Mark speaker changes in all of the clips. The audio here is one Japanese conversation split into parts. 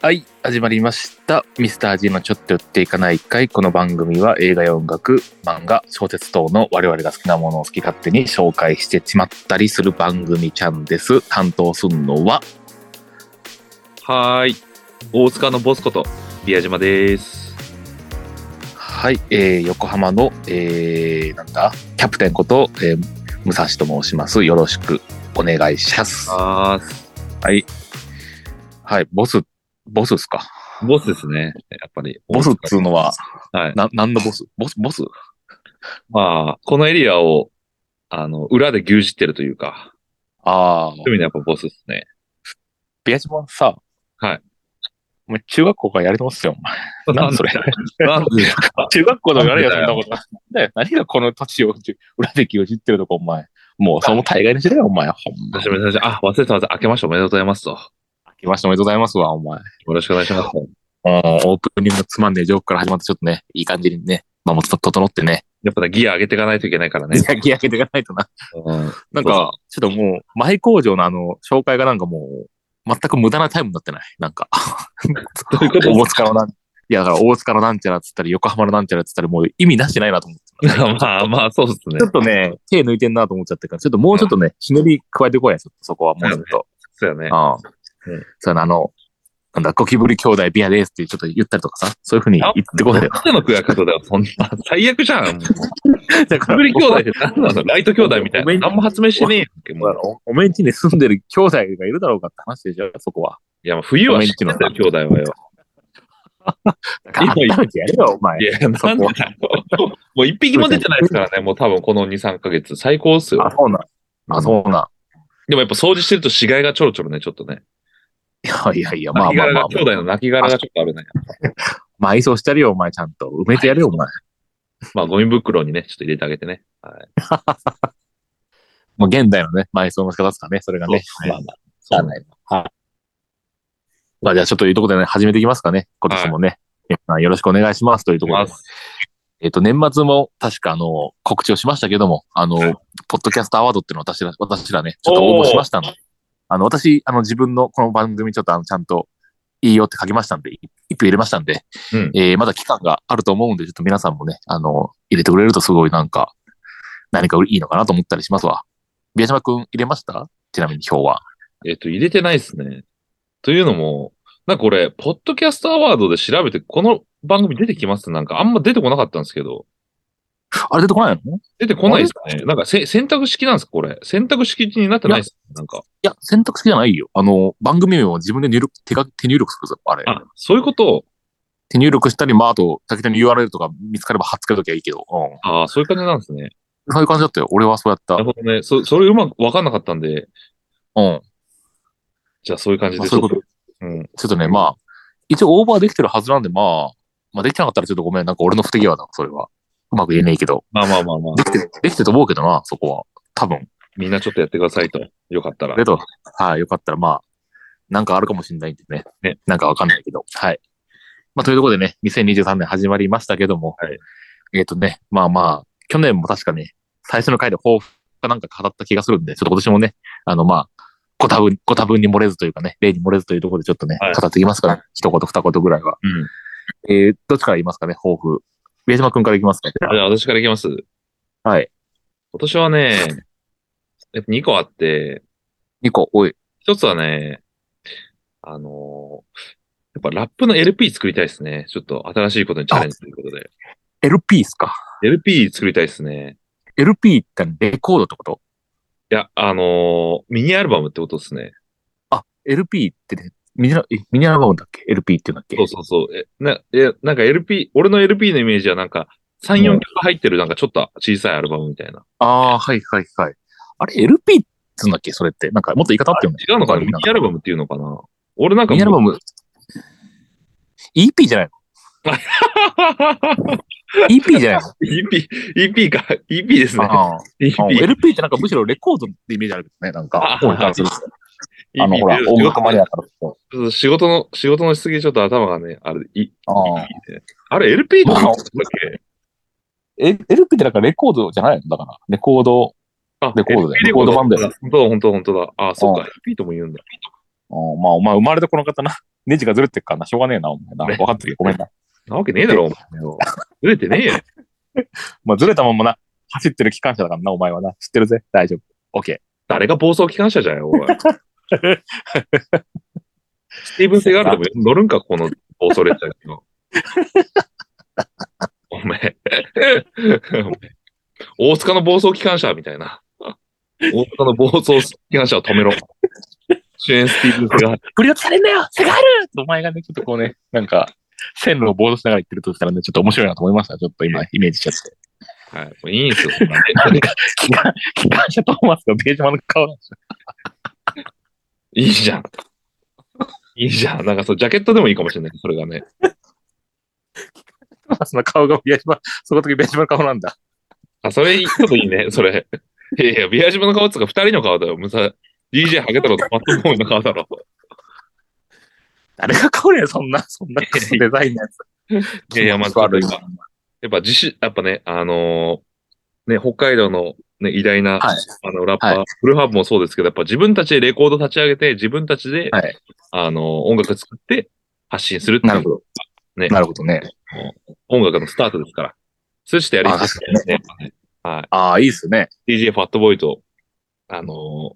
Speaker 1: はい、始まりました。ミスター G のちょっと寄っていかない回。この番組は映画や音楽、漫画、小説等の我々が好きなものを好き勝手に紹介してしまったりする番組ちゃんです。担当すんのは、
Speaker 2: はーい。大塚のボスこと、ビア島です。
Speaker 1: はい、えー、横浜の、えー、なんだ、キャプテンこと、えー、武蔵と申します。よろしくお願いします。
Speaker 2: あ
Speaker 1: はい。はい、ボス、ボスっすか。
Speaker 2: ー、ボスですね。やっぱり。
Speaker 1: ボスっつうのは、
Speaker 2: はい。
Speaker 1: な、何のボスボス、ボス
Speaker 2: まあ、このエリアを、あの、裏で牛耳ってるというか、
Speaker 1: ああ。
Speaker 2: そういう意味でやっぱボスですね。
Speaker 1: ビアジマさ、
Speaker 2: はい。
Speaker 1: お前中学校からやり直すよ、お前。 なんそれ。
Speaker 2: なんでですか
Speaker 1: 中学校のやれよ、そ
Speaker 2: なん
Speaker 1: な
Speaker 2: んでだ
Speaker 1: こと。なんだよ。何がこの土地をじ裏で牛耳ってるとこ、お前。もう、その大概にしろよ、お前。ほんま
Speaker 2: 私も私もあ、忘れた忘れた。明けましておめでとうございますと。よ
Speaker 1: 明けましておめでとうございますわ、お前。
Speaker 2: ろしくお願いします。
Speaker 1: うん、オープニングのつまんねえジョークから始まって、ちょっとね、いい感じにね、まあ、もうちょっと整ってね、
Speaker 2: やっぱね、ギア上げていかないといけな いからね。
Speaker 1: 焼き上げていかないとな。
Speaker 2: うん
Speaker 1: なんか、ちょっともう、前工場のあの、紹介がなんかもう、全く無駄なタイムになってない。なんか。
Speaker 2: どういうこと
Speaker 1: 大塚のなん、いや、だから大塚のなんちゃらっつったり、横浜のなんちゃらっつったり、もう意味なしてないなと思ってた。
Speaker 2: まあまあ、そうですね
Speaker 1: ちょ。っとね、手抜いてんなと思っちゃってるから、ちょっともうちょっとね、ひねり加えてこいや、ちょっとそこはもうちょっと。
Speaker 2: そうよね。
Speaker 1: ああ
Speaker 2: うん。
Speaker 1: そうやなあの、なんだ、ゴキブリ兄弟ビアですってちょっと言ったりとかさ、そういうふうに言ってこいよ。
Speaker 2: あの食い方だよ、そんな。最 悪じゃん。もう
Speaker 1: だ
Speaker 2: カブリ兄弟って何なのライト兄弟みたい
Speaker 1: おめ
Speaker 2: な。
Speaker 1: ん
Speaker 2: 何も発明してねえやんけもう
Speaker 1: おおめんちに住んでる兄弟がいるだろうかって話でしょ、そこは。
Speaker 2: いや、もう冬は知ってたよ、兄弟はよ。
Speaker 1: だから、
Speaker 2: 今
Speaker 1: 改めてやれよ、お前
Speaker 2: い。や、なんでだろうもう一匹も出てないですからね、もう多分この2、3ヶ月。最高っす
Speaker 1: あ、
Speaker 2: よ。
Speaker 1: そうなん。あ、そうなん。
Speaker 2: でもやっぱ掃除してると死骸がちょろちょろね、ちょっとね。
Speaker 1: いやいやいや、ま
Speaker 2: 亡
Speaker 1: あ
Speaker 2: き
Speaker 1: まあ
Speaker 2: が
Speaker 1: まあ
Speaker 2: ら、兄弟の亡きがらがちょっとあるね。
Speaker 1: まあ、愛想してやるよ、お前、ちゃんと。埋めてやるよ、お前。
Speaker 2: まあ、ゴミ袋にね、ちょっと入れてあげてね。はい。
Speaker 1: もう現代のね、埋葬の仕方ですかね、それがね。
Speaker 2: まあまあ。そうね。
Speaker 1: まあ、じゃあちょっというところでね、始めていきますかね。今年もね。皆さんよろしくお願いしますというところで。えっ、と、年末も確かあの、告知をしましたけども、あの、
Speaker 2: はい
Speaker 1: ポッドキャストアワードっていうのを私ら、私らね、ちょっと応募しましたので、あの、私、あの、自分のこの番組ちょっとあの、ちゃんと、いいよって書きましたんで、い一票入れましたんで、
Speaker 2: うん
Speaker 1: えーまだ期間があると思うんで、ちょっと皆さんもね、あの、入れてくれるとすごいなんか、何かいいのかなと思ったりしますわ。宮島くん入れましたちなみに票は。
Speaker 2: えっと、入れてないっすね。というのも、なんかこれ、ポッドキャストアワードで調べて、この番組出てきますなんかあんま出てこなかったんですけど、
Speaker 1: あれ出てこないの
Speaker 2: 出てこないですね。なんかせ選択式なんですかこれ。選択式になってないですなんか。
Speaker 1: いや、選択式じゃないよ。あの、番組名を自分で入力、手が、手入力するぞ、あれ。
Speaker 2: あ、そういうこと
Speaker 1: 手入力したり、まあ、あと、先手に URL とか見つかれば貼っつけときゃいいけど、うん。
Speaker 2: ああ、そういう感じなんですね。
Speaker 1: そういう感じだったよ。俺はそうやった。
Speaker 2: なるほどね。そ、それうまくわかんなかったんで、
Speaker 1: うん。
Speaker 2: じゃあそういう感じ
Speaker 1: まあ
Speaker 2: で。
Speaker 1: そういうこと。
Speaker 2: うん。
Speaker 1: ちょっとね、まあ、一応オーバーできてるはずなんで、まあ、まあ、できてなかったらちょっとごめん。なんか俺の不手際だ、それは。うまく言えねえけど。
Speaker 2: まあまあまあまあ。
Speaker 1: できてる、できてると思うけどな、そこは。多分。
Speaker 2: みんなちょっとやってくださいと。よかったら。
Speaker 1: けど、はい、よかったら、まあ、なんかあるかもしれないんでね。
Speaker 2: ね
Speaker 1: なんかわかんないけど。はい。まあ、というところでね、2023年始まりましたけども、
Speaker 2: はい
Speaker 1: えっ、とね、まあまあ、去年も確かね、最初の回で抱負かなんか語った気がするんで、ちょっと今年もね、あの、まあ、ご多分、ご多分に漏れずというかね、例に漏れずというところでちょっとね、
Speaker 2: はい
Speaker 1: 語っていきますから、一言二言ぐらいは。
Speaker 2: うん。
Speaker 1: えー、どっちから言いますかね、抱負。上島くんからいきますか。
Speaker 2: あじゃあ私からいきます。
Speaker 1: はい。
Speaker 2: 今年はね、やっぱ2個あって、
Speaker 1: 2個、おい。
Speaker 2: 1つはね、あのーやっぱラップの LP 作りたいですね。ちょっと新しいことにチャレンジということで。
Speaker 1: LP っすか。
Speaker 2: LP 作りたいですね。
Speaker 1: LP ってレコードってこと
Speaker 2: いや、あのーミニアルバムってことですね。
Speaker 1: LP ってね、ミニラえミニアルバムだっけ ?LP っていうんだっけ
Speaker 2: そうそうそう。え、な、え、なんか LP、俺の LP のイメージはなんか、
Speaker 1: う
Speaker 2: 3、4
Speaker 1: ん
Speaker 2: 曲入ってるなんかちょっと小さいアルバムみたいな。
Speaker 1: ああ、はいはいはい。あれ、LP っつうんだっけそれって。なんか、もっと言い方あっても
Speaker 2: 違うのかなミニアル
Speaker 1: ム
Speaker 2: バムっていうのかな俺なんか
Speaker 1: ミニアルバ
Speaker 2: ム。
Speaker 1: ム。EP じゃないの ?EP じゃないの
Speaker 2: EP、EP か。EP ですね。
Speaker 1: あー
Speaker 2: EP。
Speaker 1: LP ってなんかむしろレコードってイメージあるけどね。なんか、
Speaker 2: あ
Speaker 1: 本に関するあの、
Speaker 2: EP
Speaker 1: ほら、音楽マニアからすると。
Speaker 2: ちょっと仕事の、仕事のしすぎでちょっと頭がね、あれ、い、
Speaker 1: ああ。
Speaker 2: あれ LP って
Speaker 1: まあ
Speaker 2: 言うんだっけ
Speaker 1: え LP ってなんかレコードじゃないのだから、レコード
Speaker 2: あ
Speaker 1: レコードだよ
Speaker 2: レコード
Speaker 1: レコード版だよ。
Speaker 2: 本当だ、本当だ、本当だ。あ、そう
Speaker 1: う
Speaker 2: か。LP とも言うんだ。
Speaker 1: あーまあ、お前生まれてこの方な。 ネジがずれてるからな。しょうがねえな、お前な。
Speaker 2: ね
Speaker 1: 分かってるよ。ごめんな。
Speaker 2: なわけねえだろ、お前。 ずれてねえよ。
Speaker 1: まあ、ずれたまんまな。走ってる機関車だからな、お前はな。知ってるぜ。大丈夫。オッケ
Speaker 2: 誰が暴走機関車じゃんよ、おい。スティーブン・セガールでも乗るんか、この暴走列車に。おめえ。おめえ大塚の暴走機関車みたいな。大塚の暴走機関車を止めろ。主演スティーブン・セガール。
Speaker 1: ー。振り落とされんなよセガールお前がね、ちょっとこうね、なんか、線路を暴走しながら行ってるとしたらね、ちょっと面白いなと思いました。ちょっと今、イメージしちゃって。
Speaker 2: はい、もういいんですよ。
Speaker 1: なんか、機関、機関車トーマスのベージュマの顔なんですよ
Speaker 2: いいじゃん。いいじゃん。なんかそう、ジャケットでもいいかもしれない。それがね。
Speaker 1: トーマスの顔がベージュマその時ベージュマの顔なんだ。
Speaker 2: あ、それ、ちょっといいね、 それ。いやいや、ビアジムの顔っつうか、二人の顔だよ。むさ、DJ ハゲ太郎とマットボーイの顔だろ。
Speaker 1: 誰が顔ねえ、そんな、そんなクソデザインのやつ。
Speaker 2: いやいやまあ
Speaker 1: 気持ち悪い
Speaker 2: ちょっ
Speaker 1: わ。
Speaker 2: やっぱ自主、やっぱね、あのーね、北海道の、ね、偉大な、
Speaker 1: はい
Speaker 2: あの、ラッパー、
Speaker 1: は
Speaker 2: フルハーブもそうですけど、やっぱ自分たちでレコード立ち上げて、自分たちで、
Speaker 1: はい
Speaker 2: あのー音楽作って発信するって
Speaker 1: なる
Speaker 2: い
Speaker 1: ほ
Speaker 2: う
Speaker 1: ど。
Speaker 2: ね、
Speaker 1: なるほどね。
Speaker 2: 音楽のスタートですから。そしてやりますね。は
Speaker 1: ああ、いいっすね。
Speaker 2: い。DJ ファットボーイと、あのー、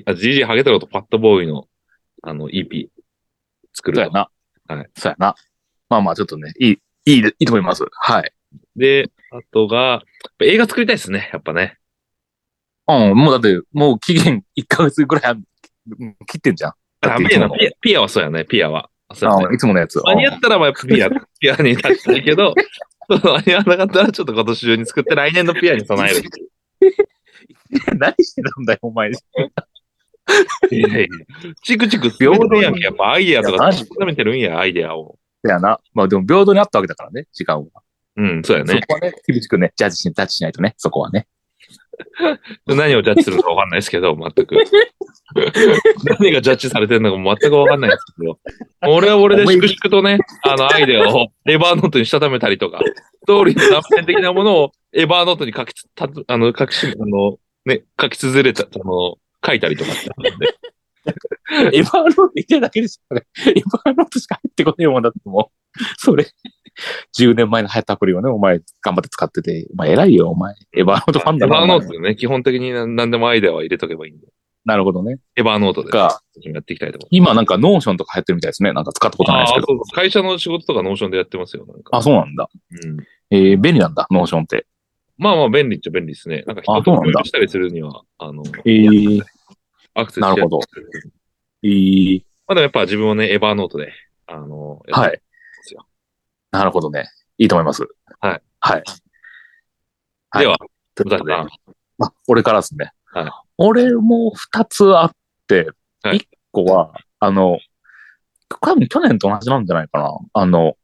Speaker 2: D- あ DJ ハゲ太郎とファットボーイの、あの、EP 作
Speaker 1: そう
Speaker 2: る
Speaker 1: や。な。
Speaker 2: はい。
Speaker 1: そうやな。まあまあ、ちょっとね、いい、いい、いいと思います。はい。
Speaker 2: で、あとが、やっぱ映画作りたいですね、やっぱね。
Speaker 1: うん、もうだって、もう期限1ヶ月ぐらいうん切ってんじゃん。だ
Speaker 2: あ
Speaker 1: ってい
Speaker 2: ピ
Speaker 1: つ
Speaker 2: ア
Speaker 1: も
Speaker 2: な
Speaker 1: の
Speaker 2: ピアピアはそうやね、ピアは。そうやね
Speaker 1: あいつものやつ。
Speaker 2: 間に合ったらまあやっぱピア、ピアに立ちたいけど、そう間に合わなかったらちょっと今年中に作って来年のピアに備 える。
Speaker 1: うん何してたんだよ、お前。
Speaker 2: いやいやチクチク平等やんけ、やっぱアイデアと
Speaker 1: いやマ
Speaker 2: か
Speaker 1: ジで
Speaker 2: 詰めてるんや、アイデアを。
Speaker 1: だよな。まあでも、平等にあったわけだからね、時間は。
Speaker 2: うん、そうや
Speaker 1: そ
Speaker 2: ね。
Speaker 1: こはね、厳しくね、ジャッジし、ジャッジしないとね、そこはね。
Speaker 2: 何をジャッジするかわかんないですけど、全く。何がジャッジされてるのかも全くわかんないですけど、俺は俺で粛々とね、あのアイデアをエバーノートにしたためたりとか、ストーリーの断片的なものをエバーノートに書きつ、たつあの、書きし、あの、ね、書き綴れた、あの、書いたりとかしてたんで。
Speaker 1: エヴァーノート入れるだけですよね。エヴァーノートしか入ってこねえもんだってもう。それ、10年前の流行ったアプリをね、お前頑張って使ってて、お前偉いよ、お前。エヴァーノートファン
Speaker 2: エ
Speaker 1: だな。
Speaker 2: バー
Speaker 1: お前
Speaker 2: ノートでね、基本的に何何でもアイデアは入れとけばいいんで。
Speaker 1: なるほどね。
Speaker 2: エバーノートで、
Speaker 1: が、
Speaker 2: やっていきたいと思い
Speaker 1: 今なんかノーションとか流行ってるみたいですね。なんか使ったことない
Speaker 2: ま
Speaker 1: です
Speaker 2: す。あ
Speaker 1: け
Speaker 2: ーそ
Speaker 1: ど。
Speaker 2: うそう会社の仕事とかノーションでやってますよ、なんか。
Speaker 1: あ、そうなんだ。
Speaker 2: うん
Speaker 1: えー、便利なんだ、ノーションって。
Speaker 2: まあまあ便利っちゃ便利ですね。なんか人
Speaker 1: あそう
Speaker 2: と
Speaker 1: なんだ
Speaker 2: 共有したりするには、あの、
Speaker 1: えー、
Speaker 2: アクセスし
Speaker 1: な
Speaker 2: やす
Speaker 1: る
Speaker 2: い
Speaker 1: ほど。えー、
Speaker 2: まあでもやっぱ自分はね、エバーノートで、あの、やっ
Speaker 1: は
Speaker 2: て
Speaker 1: い。なるほどね。いいと思います。
Speaker 2: はい。
Speaker 1: はい。
Speaker 2: では、
Speaker 1: という
Speaker 2: ま
Speaker 1: こと
Speaker 2: すね
Speaker 1: で、あ、俺からですね。
Speaker 2: はい
Speaker 1: 俺も二つあって、
Speaker 2: はい
Speaker 1: 一個は、あの、多分去年と同じなんじゃないかな。あの、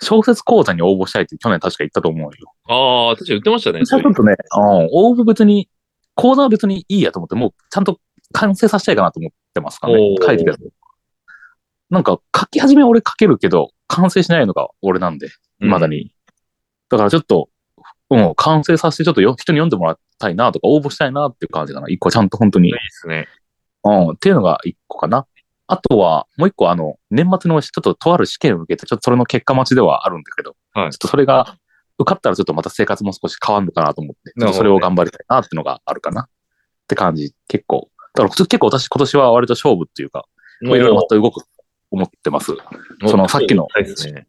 Speaker 1: 小説講座に応募したいって去年確か言ったと思うよ。
Speaker 2: ああ、確かに言ってましたね。
Speaker 1: ちょっとね、うん、応募別に、講座は別にいいやと思って、もうちゃんと完成させたいかなと思ってますからね
Speaker 2: お。ー
Speaker 1: 書いてるやつ。なんか書き始め俺書けるけど、完成しないのが俺なんで、
Speaker 2: うん
Speaker 1: 未だに。だからちょっと、うん、完成させてちょっとよ人に読んでもらいたいなとか、応募したいなっていう感じかな。一個ちゃんと本当
Speaker 2: い
Speaker 1: に
Speaker 2: い。ですね。
Speaker 1: うん、っていうのが一個かな。あとは、もう一個あの、年末のちょっととある試験を受けて、ちょっとそれの結果待ちではあるんだけど、
Speaker 2: はい
Speaker 1: ちょっとそれが受かったらちょっとまた生活も少し変わるのかなと思って、ち
Speaker 2: な
Speaker 1: ょっ
Speaker 2: る
Speaker 1: とそ
Speaker 2: ほどね
Speaker 1: れを頑張りたいなっていうのがあるかなって感じ、結構。だからちょっと結構私今年は割と勝負っていうか、
Speaker 2: い
Speaker 1: まあいろいろまた動くと思ってます。そのさっきの
Speaker 2: ですね。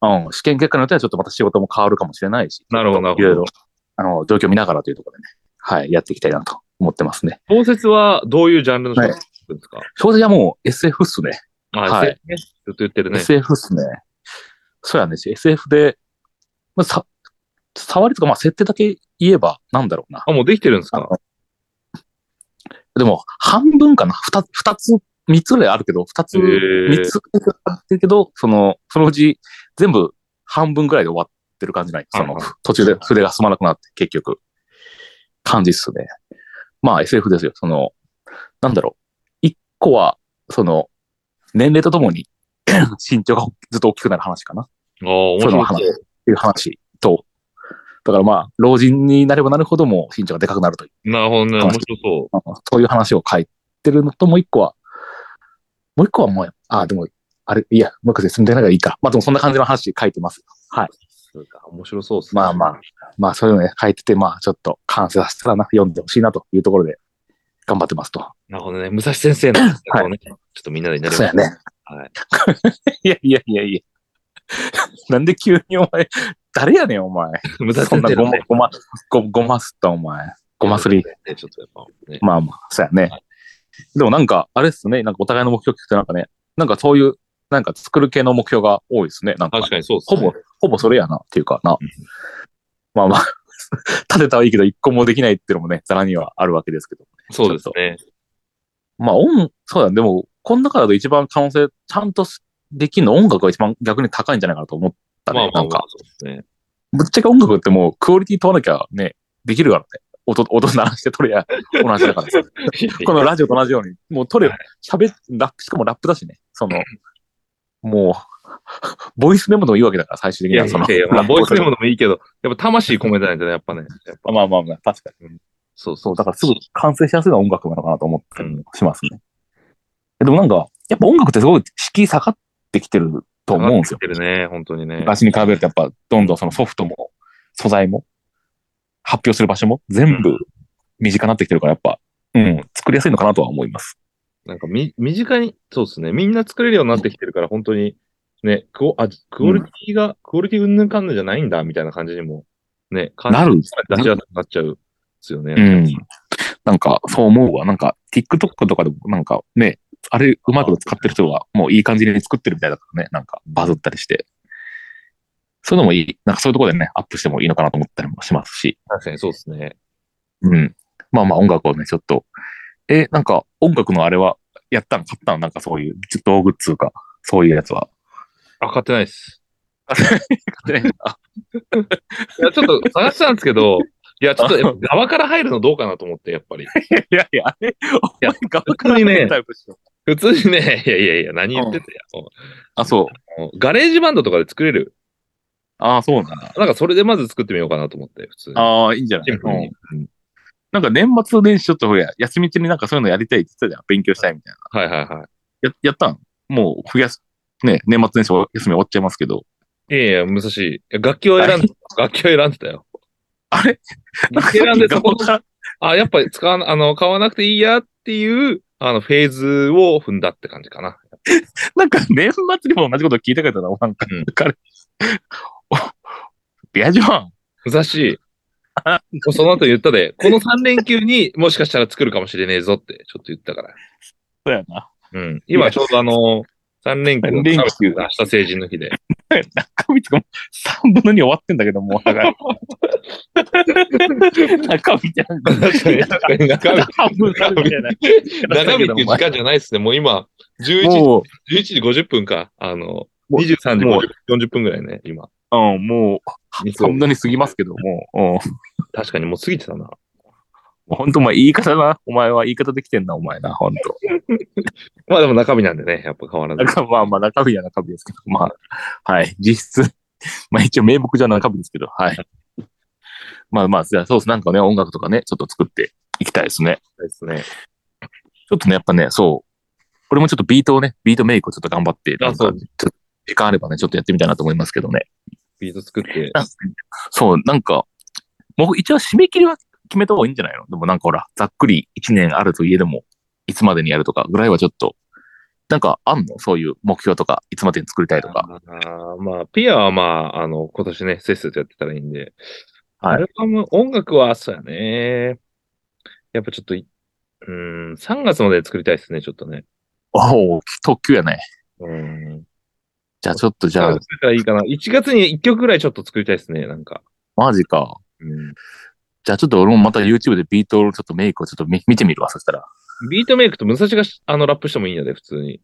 Speaker 1: うん、試験結果によってはちょっとまた仕事も変わるかもしれないし、
Speaker 2: なるほど、なる
Speaker 1: いろい
Speaker 2: ほ
Speaker 1: ろ
Speaker 2: ど。、
Speaker 1: あの、状況見ながらというところでね、はい、やっていきたいなと思ってますね。
Speaker 2: 小説はどういうジャンルの小説ですか、
Speaker 1: 正直はもう SF っすね。
Speaker 2: あ、
Speaker 1: はい
Speaker 2: い、ね。ずっと言ってるね。
Speaker 1: SF っすね。そうやね。SF で、まあ、さ、触りとか、まあ、設定だけ言えば、なんだろうな。
Speaker 2: あ、もうできてるんです
Speaker 1: あ
Speaker 2: か
Speaker 1: のでも、半分かな。二つ、二つ、三つぐらいあるけど、二つ、
Speaker 2: へー
Speaker 1: 三つぐらいあるけど、その、そのうち、全部、半分ぐらいで終わってる感じない。その
Speaker 2: はいは、
Speaker 1: 途中で筆が進まなくなって、結局、感じっすね。まあ、SF ですよ。その、なんだろう。一個は、その、年齢とともに、 身長がずっと大きくなる話かな。
Speaker 2: ああ、面
Speaker 1: そ
Speaker 2: 白
Speaker 1: の
Speaker 2: い。
Speaker 1: 話っていう話と、だからまあ、老人になればなるほどもう身長がでかくなるという、
Speaker 2: なるほどね。面白そ
Speaker 1: まあそういう話を書いてるのと、もう一個は、もう一個はもう、ああ、でも、あれ、いや、うまく説明できないからいいか。まあでもそんな感じの話書いてます。はい。
Speaker 2: う。面白そうっすね
Speaker 1: まあまあ。まあそういうのね、書いてて、まあちょっと完成させたらな、読んでほしいなというところで、頑張ってますと。
Speaker 2: なるほどね。武蔵先生の、ね、ちょっとみんなでなり
Speaker 1: そうやね。
Speaker 2: はい。
Speaker 1: いやいやいやい や。なんで急にお前、誰やねんお前。
Speaker 2: 武蔵
Speaker 1: そ
Speaker 2: 先
Speaker 1: んな
Speaker 2: 生
Speaker 1: ごま
Speaker 2: のね、、
Speaker 1: ごま、ごごますったお前。ごますり。
Speaker 2: ちょっとやっぱね。
Speaker 1: まあまあ、そうやね。でもなんか、あれっすね。なんかお互いの目標聞くとなんかね、なんかそういう、なんか作る系の目標が多いですね。なんか、
Speaker 2: 確かにそうっす
Speaker 1: ほ
Speaker 2: ね。
Speaker 1: ぼ、ほぼそれやなっていうかな
Speaker 2: うん。
Speaker 1: まあまあ、 立てたはいいけど一個もできないっていうのもね、ざらにはあるわけですけど。
Speaker 2: そうですね。
Speaker 1: まあ音、そうだね。でも、この中だと一番可能性、ちゃんとできるの音楽が一番逆に高いんじゃないかなと思ったね。
Speaker 2: まあまあ
Speaker 1: なん
Speaker 2: まあ
Speaker 1: か、、
Speaker 2: そうですね。
Speaker 1: ぶっちゃけ音楽ってもうクオリティ問わなきゃね、できるからね。音、音鳴らして撮れや、同じだからさ。このラジオと同じように、もう撮れ
Speaker 2: は、
Speaker 1: 喋、ラップ、しかもラップだしね。その、もう、 ボイスメモでもいいわけだから、最終的
Speaker 2: い
Speaker 1: に
Speaker 2: や
Speaker 1: はいその。
Speaker 2: やいや、まあ、
Speaker 1: ラップを
Speaker 2: ボイスメモでもいいけど、やっぱ魂込めてないとね、やっぱね。やっぱ
Speaker 1: まあまあまあ、確かに。
Speaker 2: そうそ。
Speaker 1: そうう、だからすぐ完成しやすいのは音楽なのかなと思ったりもしますね。でもなんか、やっぱ音楽ってすごい敷居下がってきてると思うんですよ
Speaker 2: 上。がってきてるね、本当にね。
Speaker 1: 昔に比べるとやっぱ、どんどんそのソフトも、素材も、発表する場所も、全部身近になってきてるから、やっぱ、うん、作りやすいのかなとは思います。
Speaker 2: なんかみ、身近に、そうですね。みんな作れるようになってきてるから、本当に、ね、クオ、あ、クオリティが、クオリティうんぬんかんぬんじゃないんだ、みたいな感じにも、ね、感じ
Speaker 1: なる
Speaker 2: 出しやすくなっちゃう、ですよね。
Speaker 1: うん。なんか、そう思うわ。なんか、TikTok とかでも、なんかね、あれ、うまいこと使ってる人が、もういい感じに作ってるみたいだからね、なんか、バズったりして。そういうのもいい。なんか、そういうところでね、アップしてもいいのかなと思ったりもしますし。
Speaker 2: 確かにそうですね。
Speaker 1: うん。まあまあ、音楽をね、ちょっと。え、なんか、音楽のあれは、やったの買ったのなんかそういう、ちょっと道具っつうか、そういうやつは。
Speaker 2: あ、買ってないです。
Speaker 1: 買って ないあ
Speaker 2: いや、ちょっと探したんですけど、いや、ちょっとやっぱ側から入るのどうかなと思って、やっぱり。
Speaker 1: いやいや、あれ、お前、ガバ
Speaker 2: 普通にね
Speaker 1: タイプっしょ
Speaker 2: 普通にね、 いやいやいや、何言ってたや。も
Speaker 1: あ、そう。
Speaker 2: うもうガレージバンドとかで作れる。
Speaker 1: ああ、そうなんだ。
Speaker 2: なんかそれでまず作ってみようかなと思って、普通に。
Speaker 1: ああ、いいんじゃない
Speaker 2: シンプル
Speaker 1: うん
Speaker 2: に。うん
Speaker 1: なんか年末年始ちょっとほら、休み中になんかそういうのやりたいって言ってたじゃん。勉強したいみたい
Speaker 2: はいはいは
Speaker 1: な。や、やったんもう増やす。ね、年末年始お休み終わっちゃいますけど。
Speaker 2: い。いやいや、武蔵。いや楽器を選んで、楽器を選んでたよ。
Speaker 1: あれ
Speaker 2: 楽器選んでそこ
Speaker 1: なんかさっきが
Speaker 2: あ、やっぱり使わな、あの、買わなくていいやっていう、あの、フェーズを踏んだって感じかな。
Speaker 1: なんか年末にも同じこと聞いたけどな、なんか
Speaker 2: うん、
Speaker 1: 彼、おビアジョン
Speaker 2: 武蔵。 その後言ったで、この3連休にもしかしたら作るかもしれねえぞって、ちょっと言ったから。
Speaker 1: そうやな。
Speaker 2: うん。今ちょうどあの、3連休の
Speaker 1: 三連休
Speaker 2: 明日成人の日で。
Speaker 1: 中身とかも3分の2終わってんだけど、もう。だから中身じゃん。
Speaker 2: 確かに、確かに中身。
Speaker 1: 半分あるみたいな。
Speaker 2: 中身っていう時間じゃないですね。もう今、11時、
Speaker 1: もう、
Speaker 2: 11時50分か。あの、
Speaker 1: もう
Speaker 2: 23時
Speaker 1: も
Speaker 2: 50 40分ぐらいね、今。
Speaker 1: うん、もう、
Speaker 2: そ
Speaker 1: そんなに過ぎますけど、もう、うん。
Speaker 2: 確かにもう過ぎてたな。
Speaker 1: 本当お前言い方な。お前は言い方できてんな、お前な、本当
Speaker 2: まあでも中身なんでね、やっぱ変わら
Speaker 1: だ
Speaker 2: ず。
Speaker 1: からまあまあ中身は中身ですけど、まあ、はい、実質、 まあ一応名目じゃ中身ですけど、はい。まあまあ、じゃあそうです。なんかね、音楽とかね、ちょっと作っていきたいですね。
Speaker 2: ですね。
Speaker 1: ちょっとね、やっぱね、そう。俺もちょっとビートをね、ビートメイクをちょっと頑張って、
Speaker 2: あ
Speaker 1: なんか
Speaker 2: そう
Speaker 1: ちょっと時間あればね、ちょっとやってみたいなと思いますけどね。
Speaker 2: ビート 作って。
Speaker 1: そう、なんか、もう一応締め切りは決めた方がいいんじゃないのでもなんかほら、ざっくり1年あるといえども、いつまでにやるとかぐらいはちょっと、なんかあんのそういう目標とか、いつまでに作りたいとか。
Speaker 2: あーまあ、ピアはまあ、あの、今年ね、せっせとやってたらいいんで。
Speaker 1: はい
Speaker 2: アルバム、音楽は、そうやね。やっぱちょっとい、うーん、3月まで作りたいですね、ちょっとね。
Speaker 1: おお、特急やね。
Speaker 2: うん。
Speaker 1: じゃあちょっとじ
Speaker 2: じ
Speaker 1: ゃ
Speaker 2: ゃあ、
Speaker 1: あ
Speaker 2: 作、れたらいいかな。1月に1曲ぐらいちょっと作りたいですね、なんか。
Speaker 1: マジか。
Speaker 2: うん。
Speaker 1: じゃあちょっと俺もまた YouTube でビートをちょっとメイクをちょっと見見てみるわ、そしたら。
Speaker 2: ビートメイクと武蔵がしあのラップしてもいいんやで、普通に。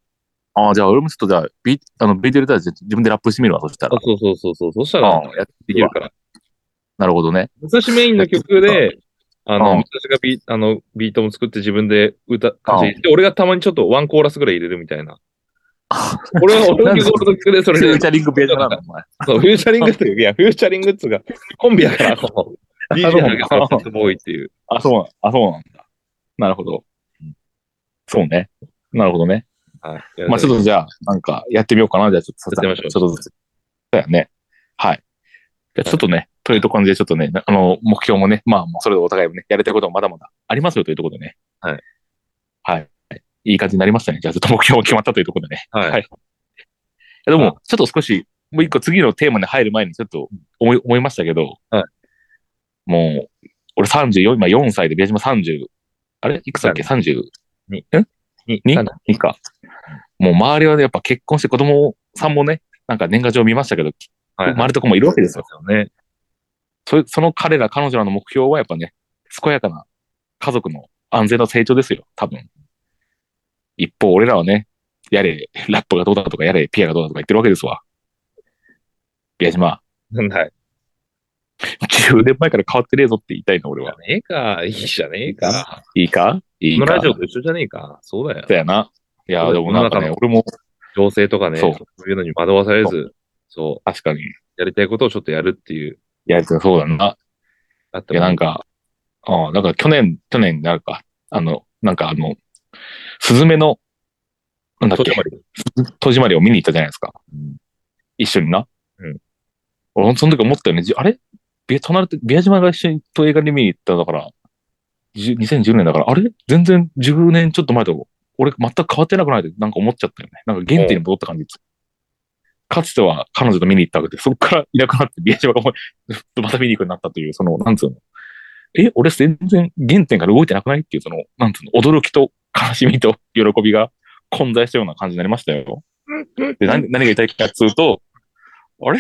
Speaker 1: ああ、じゃあ俺もちょっとじゃあ、ビあのビート入れたら自分でラップしてみるわ、そした
Speaker 2: あ
Speaker 1: ら、。
Speaker 2: そうそうそうそう。そしたら、
Speaker 1: うん、やって
Speaker 2: できるから。
Speaker 1: なるほどね。
Speaker 2: 武蔵メインの曲で、あの、
Speaker 1: うん
Speaker 2: 武蔵がビあのビートも作って自分で歌、
Speaker 1: うん
Speaker 2: 歌詞で、俺がたまにちょっとワンコーラスぐらい入れるみたいな。俺は、俺の曲、俺の曲でそ
Speaker 1: フ
Speaker 2: れ
Speaker 1: ュ
Speaker 2: で
Speaker 1: ーチャリングベージュなの、お前。
Speaker 2: そう、フューチャリングっていう、いや、フューチャリングっつうか、コンビやから、この、DJ ハ ゲハゲボーイっていう。
Speaker 1: あ、そうなん、あ、そうなんだ。なるほど。そうね。なるほどね。
Speaker 2: はい。
Speaker 1: まあちょっとじゃあ、なんかやってみようかな。じゃあちょっと、
Speaker 2: やってみまし
Speaker 1: ちょっとずつ。そうやね。はい。じゃあちょっとね、というところで、ちょっとね、あの、目標もね、まあまあ、それぞれお互いもね、やりたいこともまだまだありますよというところでね。
Speaker 2: はい。
Speaker 1: はい。いい感じになりましたね。じゃあちょっと目標も決まったというところでね。
Speaker 2: はい。
Speaker 1: はいいやでも、ちょっと少し、もう一個次のテーマに入る前にちょっと思い、思いましたけど、
Speaker 2: はい
Speaker 1: もう、俺34、今4歳で、宮島30、あれいくつだっけ ?32? ん
Speaker 2: に
Speaker 1: 2? 2か。もう周りはねやっぱ結婚して子供さんもね、なんか年賀状見ましたけど、
Speaker 2: はい
Speaker 1: 生まれた子もいるわけですよ。
Speaker 2: そうですよね。
Speaker 1: そその彼ら、彼女らの目標はやっぱね、健やかな家族の安全な成長ですよ、多分。一方、俺らはね、やれ、ラップがどうだとか、やれ、ピアがどうだとか言ってるわけですわ。宮島、
Speaker 2: はい。
Speaker 1: 10年前から変わってねえぞって言いたいの、俺
Speaker 2: じゃ
Speaker 1: は。
Speaker 2: ねえか、いいじゃねえか。
Speaker 1: いいかいい
Speaker 2: この
Speaker 1: か。
Speaker 2: ラジオと一緒じゃねえか。そうだよ。
Speaker 1: だよな。いや、でもなんかね、俺も
Speaker 2: 情勢とかね、
Speaker 1: そ
Speaker 2: そうういうのに惑わされず、そ
Speaker 1: 確かに、
Speaker 2: う、やりたいことをちょっとやるっていう。
Speaker 1: やりたそうだな。
Speaker 2: あって
Speaker 1: いや、なんか、ああ、なんか去年、去年、なんか、あの、なんかあの、スズメの、なんだっ
Speaker 2: と
Speaker 1: け
Speaker 2: て、もあり
Speaker 1: 戸締まりを見に行ったじゃないですか。
Speaker 2: うん
Speaker 1: 一緒にな。
Speaker 2: うん
Speaker 1: 俺、その時思ったよね。じあれビ隣と、宮島が一緒にと映画に見に行ったんだから、じゅ2010年だから、あれ全然10年ちょっと前と、俺全く変わってなくないってなんか思っちゃったよね。なんか原点に戻った感じです。かつては彼女と見に行ったわけで、そこから いなくなって、宮島がもうずっとまた見に行くようになったという、その、なんつうの。え、俺全然原点から動いてなくないっていう、その、なんつうの、驚きと悲しみと喜びが混在したような感じになりましたよ。で、何何が言いたいかっていうと、あれ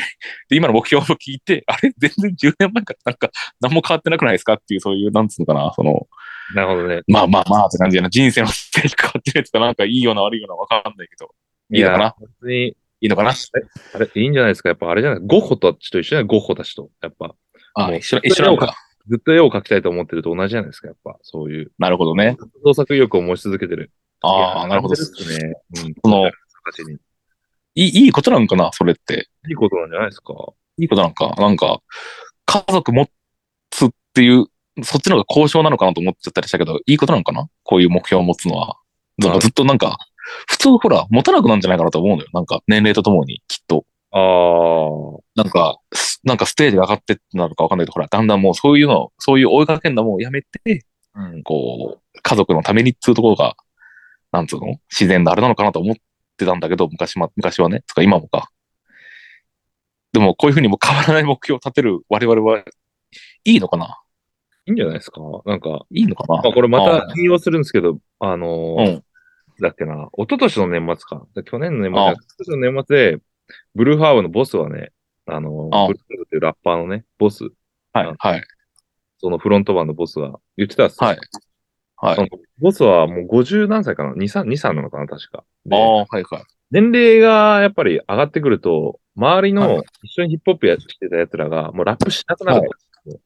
Speaker 1: で、今の目標を聞いて、あれ全然10年前からなんか何も変わってなくないですかっていう、そういう、なんつうのかな、その、
Speaker 2: なるほどね。
Speaker 1: まあまあまあって感じやな。人生のステージ変わってるやつがなんかいいような悪いようなわかんないけど、いいのかな
Speaker 2: や。本当に、
Speaker 1: いいのかな
Speaker 2: あれ、いいんじゃないですか。やっぱあれじゃない。ゴッホたちと一緒じゃないゴッホたちと。やっぱ、
Speaker 1: あ
Speaker 2: もう
Speaker 1: 一緒一緒なのか。
Speaker 2: ずっと絵を描きたいと思ってると同じじゃないですか。やっぱ、そういう。
Speaker 1: なるほどね。
Speaker 2: 創作意欲を持ち続けてる。
Speaker 1: ああ、なるほど。
Speaker 2: 感じですね。うん。
Speaker 1: その、い
Speaker 2: 形に。
Speaker 1: い、いいことなんかな、それって。
Speaker 2: いいことなんじゃないですか。
Speaker 1: いいことなんか、なんか、家族持つっていう、そっちの方が交渉なのかなと思っちゃったりしたけど、いいことなのかなこういう目標を持つのは。なんかずっとなんか、普通ほら、持たなくなるんじゃないかなと思うのよ。なんか、年齢とともに、きっと。
Speaker 2: ああ。
Speaker 1: なんか、すなんかステージが上がってってなるかわかんないけど、ほら、だんだんもうそういうの、そういう追いかけんのもやめて、
Speaker 2: うん。
Speaker 1: こう、家族のためにっていうところが、なんつうの自然なあれなのかなと思ってたんだけど、昔ま、昔はね、つか今もか。でも、こういうふうにもう変わらない目標を立てる我々は、いいのかない
Speaker 2: いんじゃないですか。なんか、
Speaker 1: いいのかな
Speaker 2: まあ、これま
Speaker 1: あ
Speaker 2: た引用するんですけど、あの
Speaker 1: う
Speaker 2: ー
Speaker 1: ん。
Speaker 2: だっけな、一昨年の年末か。去年の年末
Speaker 1: ああ
Speaker 2: 一昨年の年末で、ブルーハーブのボスはね、あのー
Speaker 1: ああ
Speaker 2: ブルーハーブっていうラッパーのね、ボス、
Speaker 1: はい、はい、
Speaker 2: そのフロントマンのボスが言ってたんですよ
Speaker 1: はい。はい。
Speaker 2: そのボスはもう50何歳かな ?2、3、2、3なのかな確か。で
Speaker 1: ああ、はい、はい。
Speaker 2: 年齢がやっぱり上がってくると、周り
Speaker 1: は
Speaker 2: の
Speaker 1: い
Speaker 2: 一緒にヒップホップやってた奴らが、もうラップしなくなるんですよ。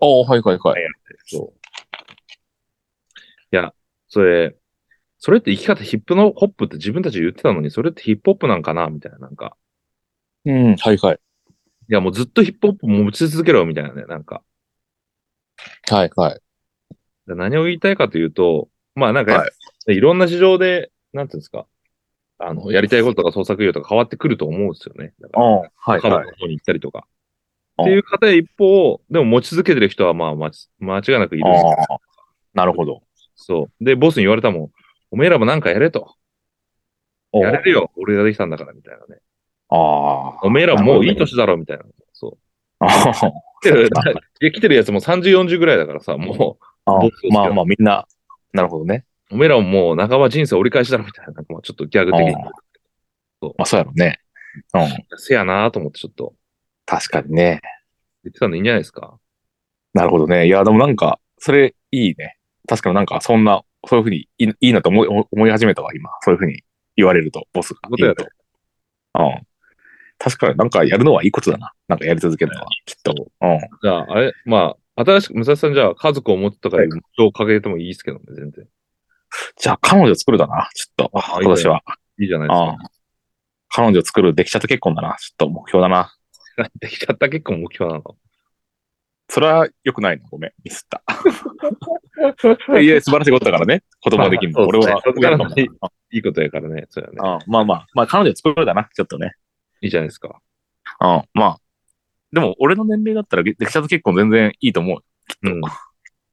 Speaker 1: ああ、はい、はい、はい。
Speaker 2: そう。いや、それ、それって生き方ヒップのホップって自分たちで言ってたのに、それってヒップホップなんかなみたいな、なんか。
Speaker 1: うん、はい、はい。
Speaker 2: いや、もうずっとヒップホップ持ち続けろ、みたいなね、なんか。
Speaker 1: はい、はい。
Speaker 2: で何を言いたいかというと、まあなんか、、
Speaker 1: はい
Speaker 2: ろんな事情で、なんていうんですか、あの、やりたいこととか創作業とか変わってくると思うんですよね。だから、
Speaker 1: ああ、はい、
Speaker 2: 家
Speaker 1: はい。
Speaker 2: 族の方に行ったりとか。
Speaker 1: ああ
Speaker 2: っていう方や一方、でも持ち続けてる人はまあ、まち間違いなくいるんですよ
Speaker 1: ああ、なるほど。
Speaker 2: そう。で、ボスに言われたもん、おめえらもなんかやれと。
Speaker 1: お
Speaker 2: やれるよ、俺ができたんだから、みたいなね。
Speaker 1: ああ。
Speaker 2: おめえらもういい年だろ、みたいな。そう。
Speaker 1: ああ
Speaker 2: 来てる、いや来てるやつも30、40ぐらいだからさ、も
Speaker 1: あ
Speaker 2: 僕です よ
Speaker 1: まあまあみんな、なるほどね。
Speaker 2: う、おめえらももう半ば人生折り返しだろ、みたいな。なんかまあちょっとギャグ的に。
Speaker 1: まあそうやろね。うん。
Speaker 2: せやなと思ってちょっと
Speaker 1: 確かにね。
Speaker 2: 言ってたのいいんじゃないですか。
Speaker 1: なるほどね。いや、でもなんか、それいいね。確かになんかそんな、そういうふうにいいいいなと思い思思い始めたわ、今。そういうふうに言われると、ボスが。
Speaker 2: ことやと
Speaker 1: 言うとうん。確かになんかやるのはいいことだな。なんかやり続けるのは、きっと。うん。
Speaker 2: じゃあ、あれ、まあ、新しく、武蔵さんじゃあ家族を持つとかいう目標を掲げてもいいですけどね、全然。
Speaker 1: じゃあ彼女作るだな、ちょっと、
Speaker 2: あ
Speaker 1: 今年は。
Speaker 2: いいじゃないです
Speaker 1: あ
Speaker 2: か。
Speaker 1: 彼女作るできちゃった結婚だな。ちょっと目標だな。
Speaker 2: できちゃった結構目標なの。
Speaker 1: それは良くないな。ごめん。ミスった。いや、素晴らしいことだからね。子供ができるの。
Speaker 2: まあ
Speaker 1: 俺は
Speaker 2: そうですね
Speaker 1: 親かもな。
Speaker 2: いいことやからね。そうやね。
Speaker 1: うんうんまあまあ、まあ彼女作るだな。ちょっとね。
Speaker 2: いいじゃないですか。
Speaker 1: うん、まあ。でも、俺の年齢だったら、できちゃった結婚全然いいと思う。
Speaker 2: うん。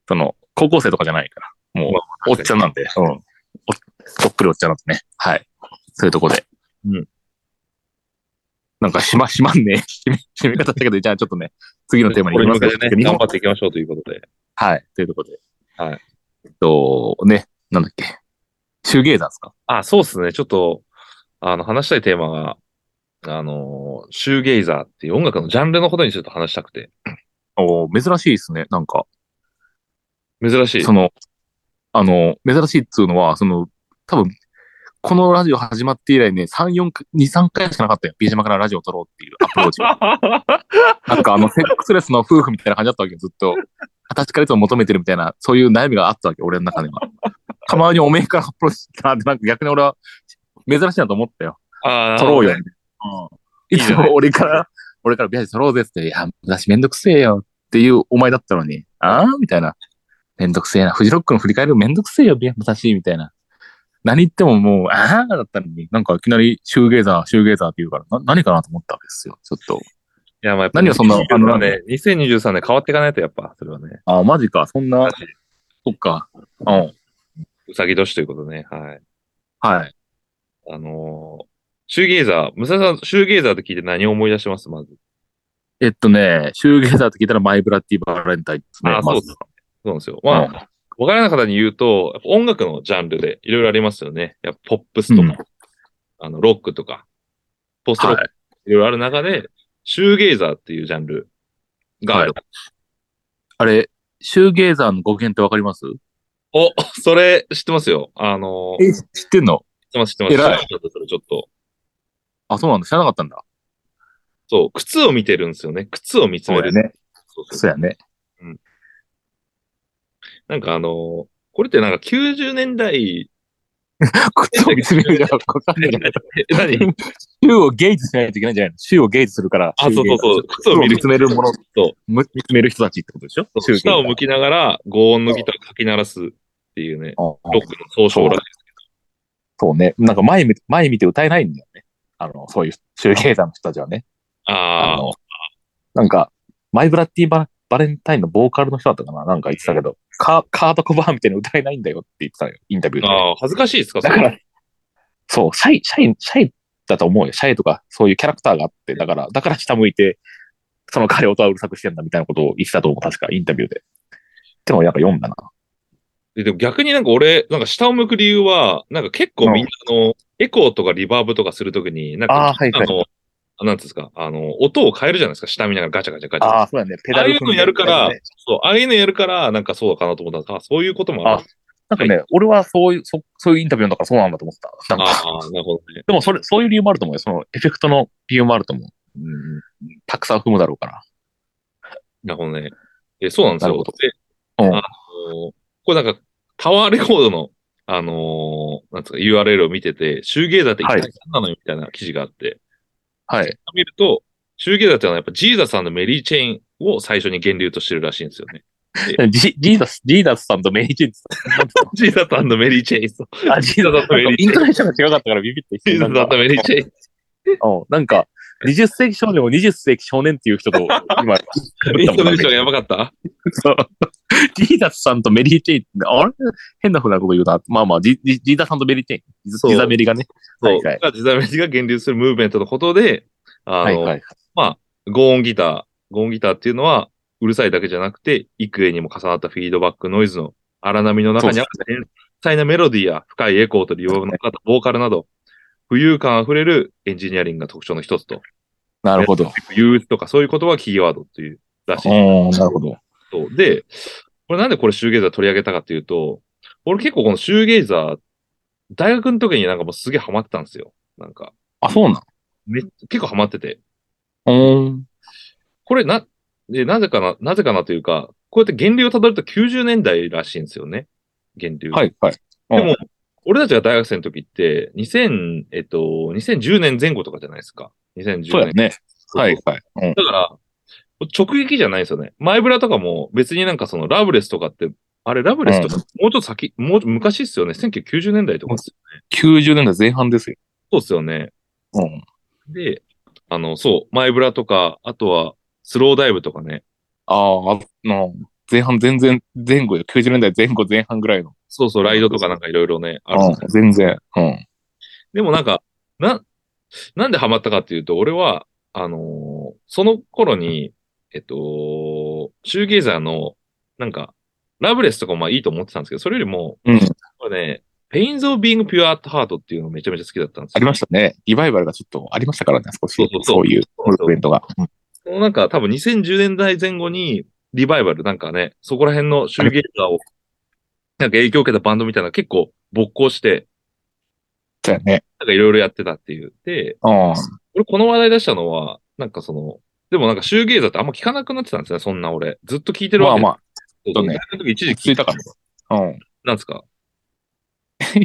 Speaker 1: その、高校生とかじゃないから。もう
Speaker 2: ま、
Speaker 1: おっちゃんなんで。うん。おどっぷりおっちゃんなんでね。はい。そういうとこで。
Speaker 2: うん。
Speaker 1: なんか、しま、しまんねえ。締 め、締め方だけど、じゃあちょっとね、次のテーマに
Speaker 2: こ
Speaker 1: 行
Speaker 2: れ
Speaker 1: きま
Speaker 2: に向
Speaker 1: す
Speaker 2: け
Speaker 1: か
Speaker 2: てね、
Speaker 1: 日本
Speaker 2: 頑張っていきましょうということで。
Speaker 1: はい。というとこで。
Speaker 2: はい。
Speaker 1: えっと、ね、なんだっけ。シューゲーザーですか
Speaker 2: あ、そうですね。ちょっと、あの、話したいテーマが、あの、シューゲイザーっていう音楽のジャンルのことにちょっと話したくて。
Speaker 1: おー珍しいですね。なんか、
Speaker 2: 珍しい。
Speaker 1: その、あの、珍しいっつうのは、その、多分、このラジオ始まって以来ね、3、4、2、3回しかなかったよ。ビージマからラジオを撮ろうっていうアプロー チが。なんかあの、セックスレスの夫婦みたいな感じだったわけよ、ずっと。形からいつも求めてるみたいな、そういう悩みがあったわけ、俺の中では。たまにおめえからアプローチしたって、なんか逆に俺は、珍しいなと思ったよ。
Speaker 2: あー
Speaker 1: 撮ろうよ。
Speaker 2: なる
Speaker 1: いつも俺から、俺からビアジ撮ろうぜって、いや、私めんどくせえよっていうお前だったのに、ああみたいな。めんどくせえな。フジロックの振り返りもめんどくせえよ、ビア私みたいな。何言ってももう、ああだったのに、なんかいきなりシューゲーザー、シューゲーザーって言うから、な何かなと思ったわけですよ。ちょっと。
Speaker 2: ほどねいや、まあ、やっぱ
Speaker 1: 何がそんな
Speaker 2: あのね、2023年変わっていかないと、やっぱ、それはね、
Speaker 1: ああ、マジか。そんな
Speaker 2: マジ、
Speaker 1: そっか。うん。
Speaker 2: うさぎ年ということでね、はい。
Speaker 1: はい。
Speaker 2: あのーシューゲイザー、武蔵さん、シューゲイザーって聞いて何を思い出しますまず。
Speaker 1: えっとね、シューゲーザーって聞いたらマイブラッディバレンタインですね。
Speaker 2: あー
Speaker 1: まず
Speaker 2: そうですそうなんですよ。まあ、
Speaker 1: うん
Speaker 2: わからない方に言うと、やっぱ音楽のジャンルでいろいろありますよね。やっぱポップスとか、あの、ロックとか、ポストロッ
Speaker 1: は
Speaker 2: ク
Speaker 1: い。
Speaker 2: いろいろある中で、シューゲイザーっていうジャンルがある。
Speaker 1: あれ、シューゲーザーの語源ってわかります
Speaker 2: お、それ知ってますよ。あのー、知っ
Speaker 1: え、知ってんの
Speaker 2: てます、知ってます。
Speaker 1: 偉い
Speaker 2: ちょっとそれちょっと。
Speaker 1: あ、そうなんだ。知らなかったんだ。
Speaker 2: そう、靴を見てるんですよね。靴を見つめる。
Speaker 1: ね。
Speaker 2: そうそう
Speaker 1: そうやね。
Speaker 2: なんかあのー、これってなんか90年 代、
Speaker 1: 靴を見つめるじゃわかんないけど。
Speaker 2: え何
Speaker 1: シューをゲイズしないといけないんじゃないのシューをゲイズするから。
Speaker 2: あ、そうそうそう。靴
Speaker 1: シュ
Speaker 2: を
Speaker 1: ーゲイズ靴を
Speaker 2: 見る
Speaker 1: 見つめるもの
Speaker 2: そう
Speaker 1: む見つめる人たちってことでしょシューゲイズ
Speaker 2: 下を向きながら、強音のギターをかき鳴らすっていう
Speaker 1: う
Speaker 2: ね、
Speaker 1: ん
Speaker 2: ロックの総称らしい
Speaker 1: そうね。なんか前見て、前見て歌えないんだよね。あの、そういうシューゲイザーの人たちはね。あ
Speaker 2: ああ、
Speaker 1: の、なんか、マイブラッディババレンタインのボーカルの人だったかななんか言ってたけど、カーカートコバーンみたいに歌えないんだよって言ってたのよ、インタビューで。
Speaker 2: ああ、恥ずかしいですかそ
Speaker 1: だ
Speaker 2: れ
Speaker 1: から、そう、シャイ、シャイ、シャイだと思うよ。シャイとか、そういうキャラクターがあって、だから、だから下向いて、その彼を音はうるさくしてんだみたいなことを言ってたと思う、確か、インタビューで。でも、やっぱ読んだな。
Speaker 2: ででも逆になんか俺、なんか下を向く理由は、なんか結構みんなあの、エコーとかリバーブとかするときに、なんか、
Speaker 1: あーはいはい
Speaker 2: の、あなんていうんですか、あの、音を変えるじゃないですか、下見ながらガチャガチャガチャ。
Speaker 1: あ、そうだね。ペ
Speaker 2: ダル踏んでああいうのやるから
Speaker 1: ね
Speaker 2: そう、ああいうのやるから、なんかそうかなと思ったんですが、あそういうこともある。
Speaker 1: なんかね、俺はそういう、そそういうインタビューだからそうなんだと思ってた。
Speaker 2: あ
Speaker 1: なんか、
Speaker 2: あー、なるほどね。
Speaker 1: でも、それ、そういう理由もあると思うよ。その、エフェクトの理由もあると思う。
Speaker 2: うん
Speaker 1: たくさん踏むだろうから。
Speaker 2: なるほどね。え、そうなんです
Speaker 1: なるほ
Speaker 2: よ
Speaker 1: ど。
Speaker 2: で、あ
Speaker 1: うん
Speaker 2: のーこれなんか、タワーレコードの、あのーなんつうか URL を見てて、シューゲーザーって一体
Speaker 1: はい
Speaker 2: 何なのよみたいな記事があって、
Speaker 1: はい。
Speaker 2: 見ると、シューゲーザーってのはやっぱジーザさんのメリーチェーンを最初に源流としてるらしいんですよね。
Speaker 1: ジジーダス、ジーダスさんとメリージーンズ
Speaker 2: ジーザさんのメリーチェーン、そう
Speaker 1: さん。あ、ジーダスさんとメリージーンズ。イントネーションが違かったからビビって。
Speaker 2: ジーザさんのメリーチェーン。
Speaker 1: うんなんか、20世紀少年を20世紀少年っていう人 と、今、
Speaker 2: イントネーシ ョンやばかった
Speaker 1: そうジーダスさんとメリー・チェイン、あれ変なふうなこと言うな。まあまあ、ジジジーダスさんとメリー・チェイン。ジ
Speaker 2: そう
Speaker 1: ジザメリがね。は
Speaker 2: そ。
Speaker 1: いうはい。
Speaker 2: がジーザメリーが源流するムーブメントのことで、あの、
Speaker 1: はいはい。
Speaker 2: ゴーンギター。ゴーンギターっていうのは、うるさいだけじゃなくて、幾重にも重なったフィードバックノイズの荒波の中にある繊細なメロディーや深いエコーと利用の方、ボーカルなど、浮遊感あふれるエンジニアリングが特徴の一つと、
Speaker 1: なるほど。
Speaker 2: 憂鬱とかそういう言葉がキーワードというらしい
Speaker 1: うん、なるほど。
Speaker 2: と。で、これなんでこれシューゲイザー取り上げたかっていうと、俺結構このシューゲイザー、大学の時になんかもうすげえハマってたんですよ。なんか、
Speaker 1: あ、そうな
Speaker 2: めっ結構ハマってて。
Speaker 1: のうん。
Speaker 2: これな、で、なぜかな、なぜかなというか、こうやって源流をたどると90年代らしいんですよね。源流。
Speaker 1: はいはい。
Speaker 2: でも、俺たちが大学生の時って、2000、えっと、2010年前後とかじゃないですか。2010年。
Speaker 1: そうやね。
Speaker 2: そう
Speaker 1: はい、はい。うん。
Speaker 2: だから、直撃じゃないですよね。マイブラとかも別になんかそのラブレスとかって、あれラブレスとかもうちょっと先、もう昔っすよね。1990年代とかっすよね。
Speaker 1: 90年代前半ですよ。
Speaker 2: そうっすよね。
Speaker 1: うん。
Speaker 2: で、あの、そう、マイブラとか、あとはスローダイブとかね。
Speaker 1: ああ、の、前半、全然、前後よ。90年代前後、前半ぐらいの。
Speaker 2: そうそう、ライドとかなんかいろいろね、ある
Speaker 1: う
Speaker 2: んで
Speaker 1: ん
Speaker 2: すよ、
Speaker 1: 全然。うん。
Speaker 2: でもなんか、な、なんでハマったかっていうと、俺は、あのーその頃に、えっと、シューゲイザーの、なんか、ラブレスとかもまあいいと思ってたんですけど、それよりも、
Speaker 1: うん。
Speaker 2: これね、ペインズ・オブ・ビング・ピュア・アット・ハートっていうのめちゃめちゃ好きだったんですよ。
Speaker 1: ありましたね。リバイバルがちょっとありましたからね、少し。そ
Speaker 2: そ
Speaker 1: うう
Speaker 2: そうそう
Speaker 1: いうムーブメントが。うん
Speaker 2: そのなんか多分2010年代前後にリバイバル、なんかね、そこら辺のシューゲイザーを、なんか影響を受けたバンドみたいなの結構勃興して、
Speaker 1: そうやね。
Speaker 2: なんかいろいろやってたっていう。で、
Speaker 1: うん。
Speaker 2: 俺この話題出したのは、なんかその、でもなんかシューゲイザーってあんま聞かなくなってたんですね、そんな俺。ずっと聞いてる
Speaker 1: ま
Speaker 2: わ
Speaker 1: あ
Speaker 2: け
Speaker 1: ま
Speaker 2: そう
Speaker 1: ちょ
Speaker 2: そ
Speaker 1: っ
Speaker 2: う
Speaker 1: とね
Speaker 2: 大学の時一時
Speaker 1: 落ち着いたかあ。うん。
Speaker 2: なんですか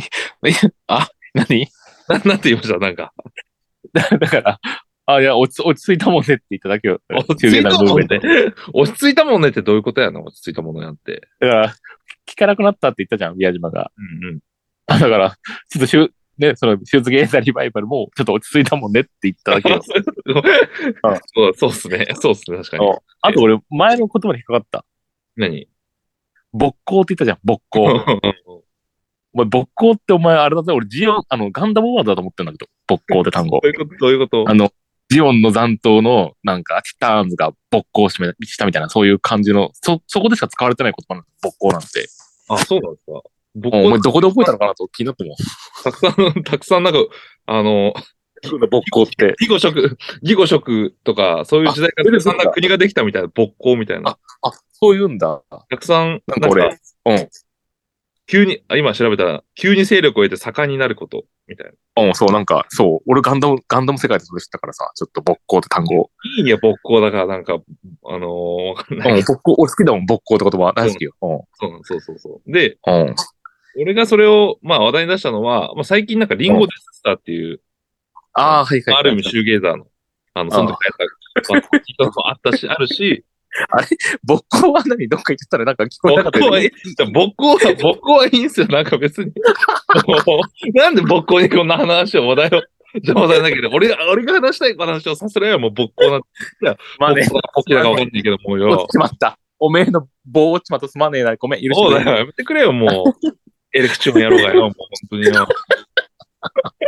Speaker 1: 何
Speaker 2: ななんて言いましたなんか。
Speaker 1: だから、あ、いや、落ち落ち着いたもんねって言っただけよ。
Speaker 2: 落ち着いた
Speaker 1: 90年代ムー
Speaker 2: も
Speaker 1: ブ
Speaker 2: ん
Speaker 1: メ
Speaker 2: ね
Speaker 1: ント。
Speaker 2: 落ち着いたもんねってどういうことやの落ち着いたものやんって。
Speaker 1: だから、聞かなくなったって言ったじゃん、宮島が。
Speaker 2: うんうん。。
Speaker 1: あだから、ちょっとシュ、ね、その、シューズゲーザーリバイバルも、ちょっと落ち着いたもんねって言っただけよ
Speaker 2: そうそうっすね。そうっすね。確かに
Speaker 1: うん。 あと俺、前の言葉に引っかかった。
Speaker 2: 何
Speaker 1: 勃興って言ったじゃん、勃 興。お前、勃興ってお前、あれだぜ、俺、ジオン、あの、ガンダムワードだと思ってんだけど、勃興って単語
Speaker 2: どう。いうことどういうこと
Speaker 1: あの、ジオンの残党の、なんか、ティターンズが勃興しめしたみたいな、そういう感じの、そ、そこでしか使われてない言葉なんで、勃興なんて。
Speaker 2: あ、そうなんですか。僕
Speaker 1: もうお前、どこで覚えたのかなと気になっても。
Speaker 2: たくさん、 たくさんなんか、あの、
Speaker 1: 勃興って。
Speaker 2: 義語職、義語職とか、そういう時代
Speaker 1: あ出て
Speaker 2: が
Speaker 1: くるんだ
Speaker 2: たくさんな国ができたみたいな、勃興みたいな。
Speaker 1: あ、そういうんだ。
Speaker 2: たくさん、
Speaker 1: なんか俺、うん。
Speaker 2: 急に、あ今調べたら、急に勢力を得て盛んになること、みたいな。
Speaker 1: うん、そう、なんか、そう、俺ガンダム、ガンダム世界でそれ知ったからさ、ちょっと勃興って単語。
Speaker 2: いいね、勃興だから、なんか、あのーわかん
Speaker 1: う
Speaker 2: ない
Speaker 1: ん、。 勃興、俺好きだもん、勃興って言葉大好きよ。う
Speaker 2: そうそうそうそう。で、
Speaker 1: ん、うん。
Speaker 2: 俺がそれを、まあ話題に出したのは、まあ最近なんかリンゴデススターっていう、
Speaker 1: ああ、はいはい。
Speaker 2: ある意味シューゲイザーの、あの、その時やった、人もあったし、あるし、
Speaker 1: 勃興は何どっか行っちゃったらなんか聞 こえなかった
Speaker 2: 僕
Speaker 1: よ
Speaker 2: は、
Speaker 1: ね
Speaker 2: い僕は、僕はいいんすよ、なんか別に。 もうなんで僕にこんな話を、話題を。邪魔されなきゃいけない俺が、俺が話したい話をさせらればもう僕行なんて、
Speaker 1: まあね、
Speaker 2: 僕はポケだかわかんないけど、もう
Speaker 1: 落
Speaker 2: よ
Speaker 1: ち。ちまった。おめえの棒落ちまったすまねえな。ごめん、許して
Speaker 2: そ
Speaker 1: く
Speaker 2: う
Speaker 1: れ
Speaker 2: だよ、やめてくれよ、もう。 エレクチョンやろうがよ、もう本当によ。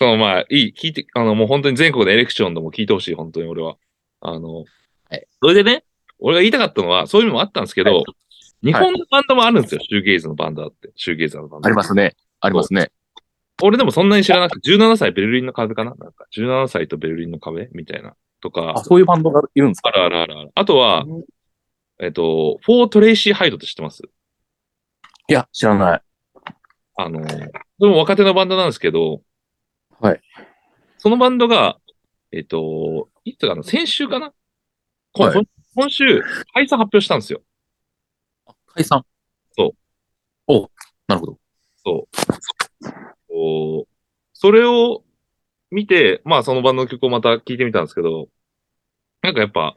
Speaker 2: そのまあ、いい、聞いて、あの、もう本当に全国でエレクチョンでも聞いてほしい、本当に俺は。あの、
Speaker 1: はい
Speaker 2: それでね、俺が言いたかったのは、そういうのもあったんですけど、
Speaker 1: はい
Speaker 2: 日本のバンドもあるんですよ、シューゲイズのバンドだって、シューゲイザーのバンド。
Speaker 1: ありますね。ありますね。
Speaker 2: 俺でもそんなに知らなくて、17歳ベルリンの壁かななんか、17歳とベルリンの壁みたいな。と
Speaker 1: あ、
Speaker 2: か、
Speaker 1: そういうバンドがいるんです
Speaker 2: あ
Speaker 1: か
Speaker 2: るあるあるある。あとは
Speaker 1: うん、
Speaker 2: えっと、フォー・トレイシー・ハイドって知ってます
Speaker 1: いや、知らない。
Speaker 2: あの、でも若手のバンドなんですけど、
Speaker 1: はい。
Speaker 2: そのバンドが、えっ、と、いつかな、先週かな、こ
Speaker 1: はい
Speaker 2: 今週、解散発表したんですよ。
Speaker 1: 解散。
Speaker 2: そう。
Speaker 1: お、なるほど。
Speaker 2: そう。こうそれを見て、まあそのバンドの曲をまた聴いてみたんですけど、なんかやっぱ、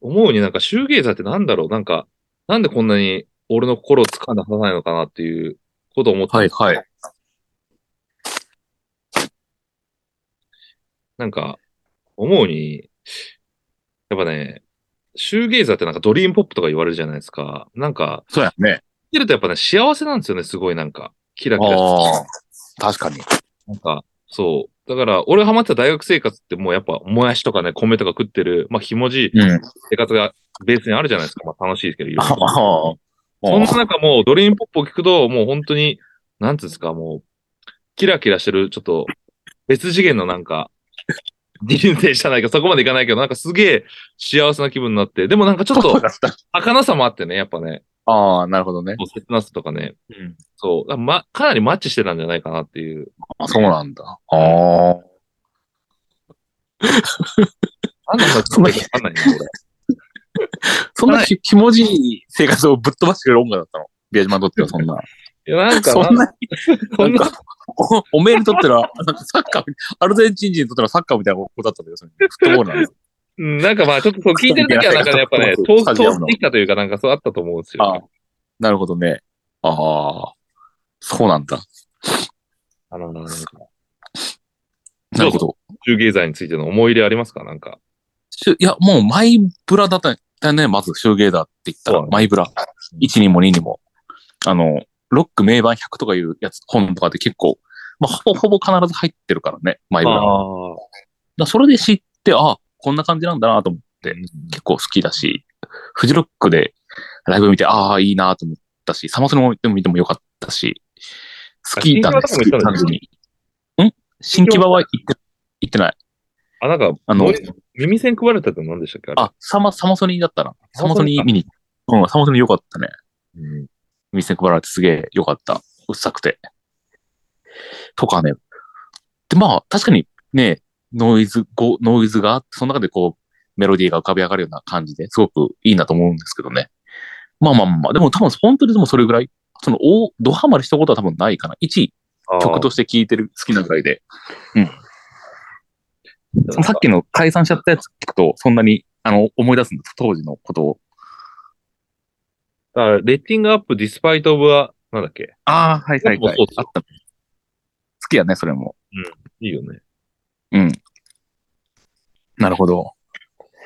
Speaker 2: 思うになんかシューゲイザーってなんだろうなんか、なんでこんなに俺の心を掴んで離さないのかなっていうことを思って、
Speaker 1: はいはい。
Speaker 2: なんか、思うに、やっぱね、シューゲイザーってなんかドリームポップとか言われるじゃないですか。なんか、
Speaker 1: そうやね。
Speaker 2: 見てるとやっぱね、幸せなんですよね、すごいなんか。キラキラして
Speaker 1: ああ。確かに。
Speaker 2: なんか、そう。だから、俺ハマってた大学生活ってもうやっぱ、もやしとかね、米とか食ってる、まあ、ひもじい
Speaker 1: うん。
Speaker 2: 生活がベースにあるじゃないですか。まあ、楽しいですけど、いろい
Speaker 1: あ
Speaker 2: ろ
Speaker 1: あ。
Speaker 2: そんな中もう、ドリームポップを聞くと、もう本当に、なんつうんですか、もう、キラキラしてる、ちょっと、別次元のなんか、 人生じゃないか、そこまでいかないけど、なんかすげえ幸せな気分になって、でもなんかちょっ
Speaker 1: そう
Speaker 2: と、
Speaker 1: だった。
Speaker 2: 儚さもあってね、やっぱね、
Speaker 1: ああ、なるほどね。
Speaker 2: こう切なさとかね、
Speaker 1: うん。
Speaker 2: そう、だからま、かなりマッチしてたんじゃないかなっていう。
Speaker 1: あ、そうなんだ。ああ。
Speaker 2: あんな話わかんないな、俺。
Speaker 1: そんなひ、ひもじい生活をぶっ飛ばしてくれる音楽だったの。ビアジマにとってはそんな。
Speaker 2: いや、なんか、
Speaker 1: そんなに、
Speaker 2: そんな
Speaker 1: なんかおおめえにとっては、なんかサッカー、アルゼンチン人にとってはサッカーみたいなことだったんだよ、それフットボールなんですよ。
Speaker 2: うんなんかまあ、ちょっとそう聞いてる時はなんかね、やっぱね、
Speaker 1: そう
Speaker 2: 遠
Speaker 1: ス
Speaker 2: く
Speaker 1: タジアムの
Speaker 2: てきたというか、なんかそうあったと思うんですよ、
Speaker 1: ああなるほどね。ああ、そうなんだ。
Speaker 2: あの、なんか
Speaker 1: なるほど。
Speaker 2: 中継罪についての思い入れありますかなんか。
Speaker 1: しゅいや、もうマイブラだっただね、まず、シューゲーダーって言った
Speaker 2: そ
Speaker 1: ら、
Speaker 2: う
Speaker 1: マイブラ。1にも2にも。あの、ロック名盤100とかいうやつ、本とかで結構、まあ、ほぼほぼ必ず入ってるからね、マイブラ。だか
Speaker 2: あ。
Speaker 1: らそれで知って、ああ、こんな感じなんだなと思って、結構好きだし、フジロックでライブ見て、ああ、いいなと思ったし、サマソニでも見てもよかったし、好きだね、
Speaker 2: あ
Speaker 1: 好
Speaker 2: 新
Speaker 1: き、
Speaker 2: 木場とかも行ったの
Speaker 1: 単純に。ん新木場は行って、行ってない。
Speaker 2: あ、なんか、
Speaker 1: あの、
Speaker 2: 耳栓配られたって何でしたっけあれ
Speaker 1: あ、サマ、サマソニだったな。サ
Speaker 2: サマ
Speaker 1: マ
Speaker 2: ソ
Speaker 1: ソ
Speaker 2: ニ
Speaker 1: ニ見に、うん、サマソニよかったね。
Speaker 2: うん
Speaker 1: 店配られてすげえ良かった。うっさくて。とかね。で、まあ、確かにね、ノイズ、ごノイズがあって、その中でこう、メロディーが浮かび上がるような感じですごくいいなと思うんですけどね。まあまあまあまあ、でも多分本当にでもそれぐらい、その、おドハマりしたことは多分ないかな。一
Speaker 2: あー
Speaker 1: 曲として聴いてる、好きなぐらいで。
Speaker 2: なんか
Speaker 1: さっきの解散しちゃったやつ聞くと、そんなに、あの、思い出すんです。当時のことを。
Speaker 2: だからレッティングアップディスパイトオブは、なんだっけ
Speaker 1: ああ、はいはいはい。
Speaker 2: そうそう
Speaker 1: あ
Speaker 2: そう
Speaker 1: ったね。好きやね、それも。
Speaker 2: いいよね。
Speaker 1: うん。なるほど。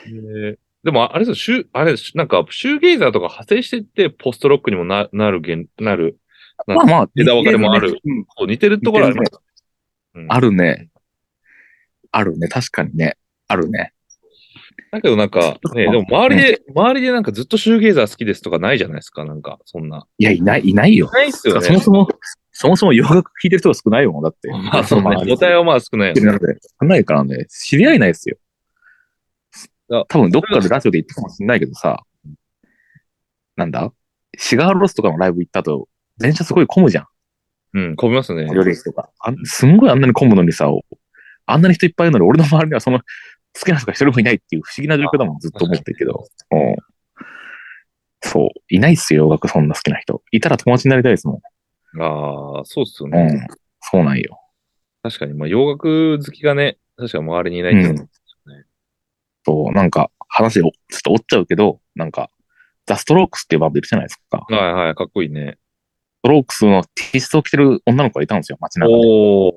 Speaker 2: ででも、あれですよ、シュあれです、なんか、シューゲイザーとか派生してって、ポストロックにもななるげん、なる、
Speaker 1: まあまあ、
Speaker 2: 枝分かれもある
Speaker 1: 似てね。うん
Speaker 2: こう似てるところあります、うん
Speaker 1: あるね。あるね、確かにね。あるね。
Speaker 2: だけどなんか、ね、でも周りで、周りでなんかずっとシューゲイザー好きですとかないじゃないですか、なんか、そんな。
Speaker 1: いや、いない、いないよ。
Speaker 2: ないっすよ
Speaker 1: そも
Speaker 2: ね。
Speaker 1: そも、そもそも洋楽聴いてる人が少ないもん、だって。
Speaker 2: まあ、そう
Speaker 1: まあ
Speaker 2: ね。答えはまあ少ないよ
Speaker 1: 知
Speaker 2: ね。
Speaker 1: らないからね、知り合いないですよ
Speaker 2: あ。
Speaker 1: 多分どっかでラジオで言ったかもしれないけどさ、なんだシガーロスとかのライブ行った後、電車すごい混むじゃん。
Speaker 2: うん、混みますね。
Speaker 1: 無料レースとか。あんすんごいあんなに混むのにさ、あんなに人いっぱいいるのに、俺の周りにはその好きな人が一人もいないっていう不思議な状況だもん、ずっと思ってるけど。うん。そう。いないっすよ、洋楽そんな好きな人。いたら友達になりたいですも
Speaker 2: ああ、そうっすよ
Speaker 1: ん。う
Speaker 2: ね。
Speaker 1: ん。そうなんよ。
Speaker 2: 確かに、まあ、洋楽好きがね、確か周りにいな
Speaker 1: う
Speaker 2: いって
Speaker 1: ん。そう、なんか話をちょっと折っちゃうけど、なんか、ザ・ストロークスっていうバンドいるじゃないですか。ス
Speaker 2: はいはい、かっこいいね。
Speaker 1: トロークスの T シャツを着てる女の子がいたんですよ、街中で。
Speaker 2: おお。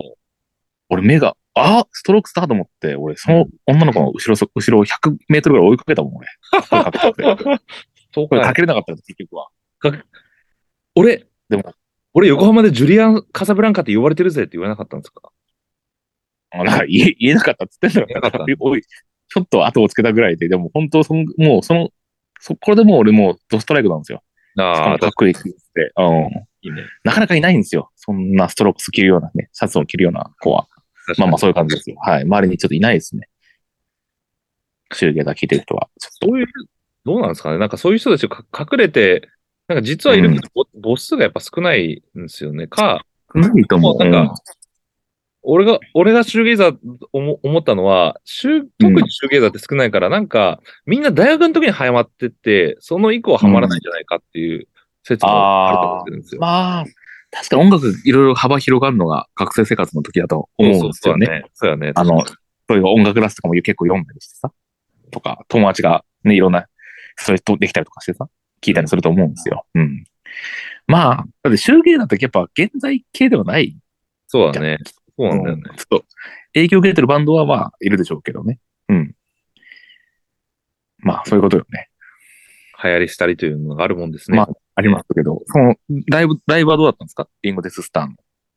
Speaker 1: 俺目が、あストロークスだと思って、俺、その女の子の後ろそ、後ろ100メートルぐらい追いかけた もん、俺。声かけたくて。
Speaker 2: そう
Speaker 1: これ
Speaker 2: か
Speaker 1: か。けれなかったんです、結局は。
Speaker 2: 俺、
Speaker 1: でも、
Speaker 2: 俺横浜でジュリアン・カサブランカって呼ばれてるぜって言わなかったんですか
Speaker 1: あなんか言え言えなかったっつってんだ
Speaker 2: 言えなか
Speaker 1: か
Speaker 2: っ
Speaker 1: ら、おい、ちょっと後をつけたぐらいで、でも本当その、もうその、そこれでもう俺もうドストライクなんですよ。しか
Speaker 2: あ
Speaker 1: も
Speaker 2: あ、
Speaker 1: かっ
Speaker 2: 確か
Speaker 1: こいいって、うん。
Speaker 2: にね。
Speaker 1: なかなかいないんですよ。そんなストロークス着るようなね、シャツを着るような子は。まあまあそういう感じですよ。はい。周りにちょっといないですね。シューゲーダー聞いてる人は。ちょっと
Speaker 2: そういう、どうなんですかねなんかそういう人たちが隠れて、なんか実はいるけど、ぼ母数がやっぱ少ないんですよね。か、
Speaker 1: ないと思
Speaker 2: も
Speaker 1: う。
Speaker 2: うなんか俺が、俺がシューゲイザーおも思ったのは、シュー特にシューゲイザーって少ないから、なんか、みんな大学の時にハマってって、その以降はまらないんじゃないかっていう説もあると思ってるんです
Speaker 1: うん
Speaker 2: よ。
Speaker 1: まあ、確かに音楽いろいろ幅広がるのが学生生活の時だと思うんですよね。。
Speaker 2: そうやね。
Speaker 1: あの、そういう音楽ラスとかも結構読んだりしてさ、とか、友達がね、いろんな、それとできたりとかしてさ、聞いたりすると思うんですよ。うん。まあ、だって、集計だとやっぱ現在系ではない。
Speaker 2: そうだね。そうなんだよ
Speaker 1: うん
Speaker 2: ね
Speaker 1: ち。ょっと、影響を受けてるバンドはまあ、いるでしょうけどね。うん。まあ、そういうことよね。
Speaker 2: 流行りしたりというのがあるもんですね。
Speaker 1: まあありますけど、その、ライブ、ライブはどうだったんですかリンゴデススターの。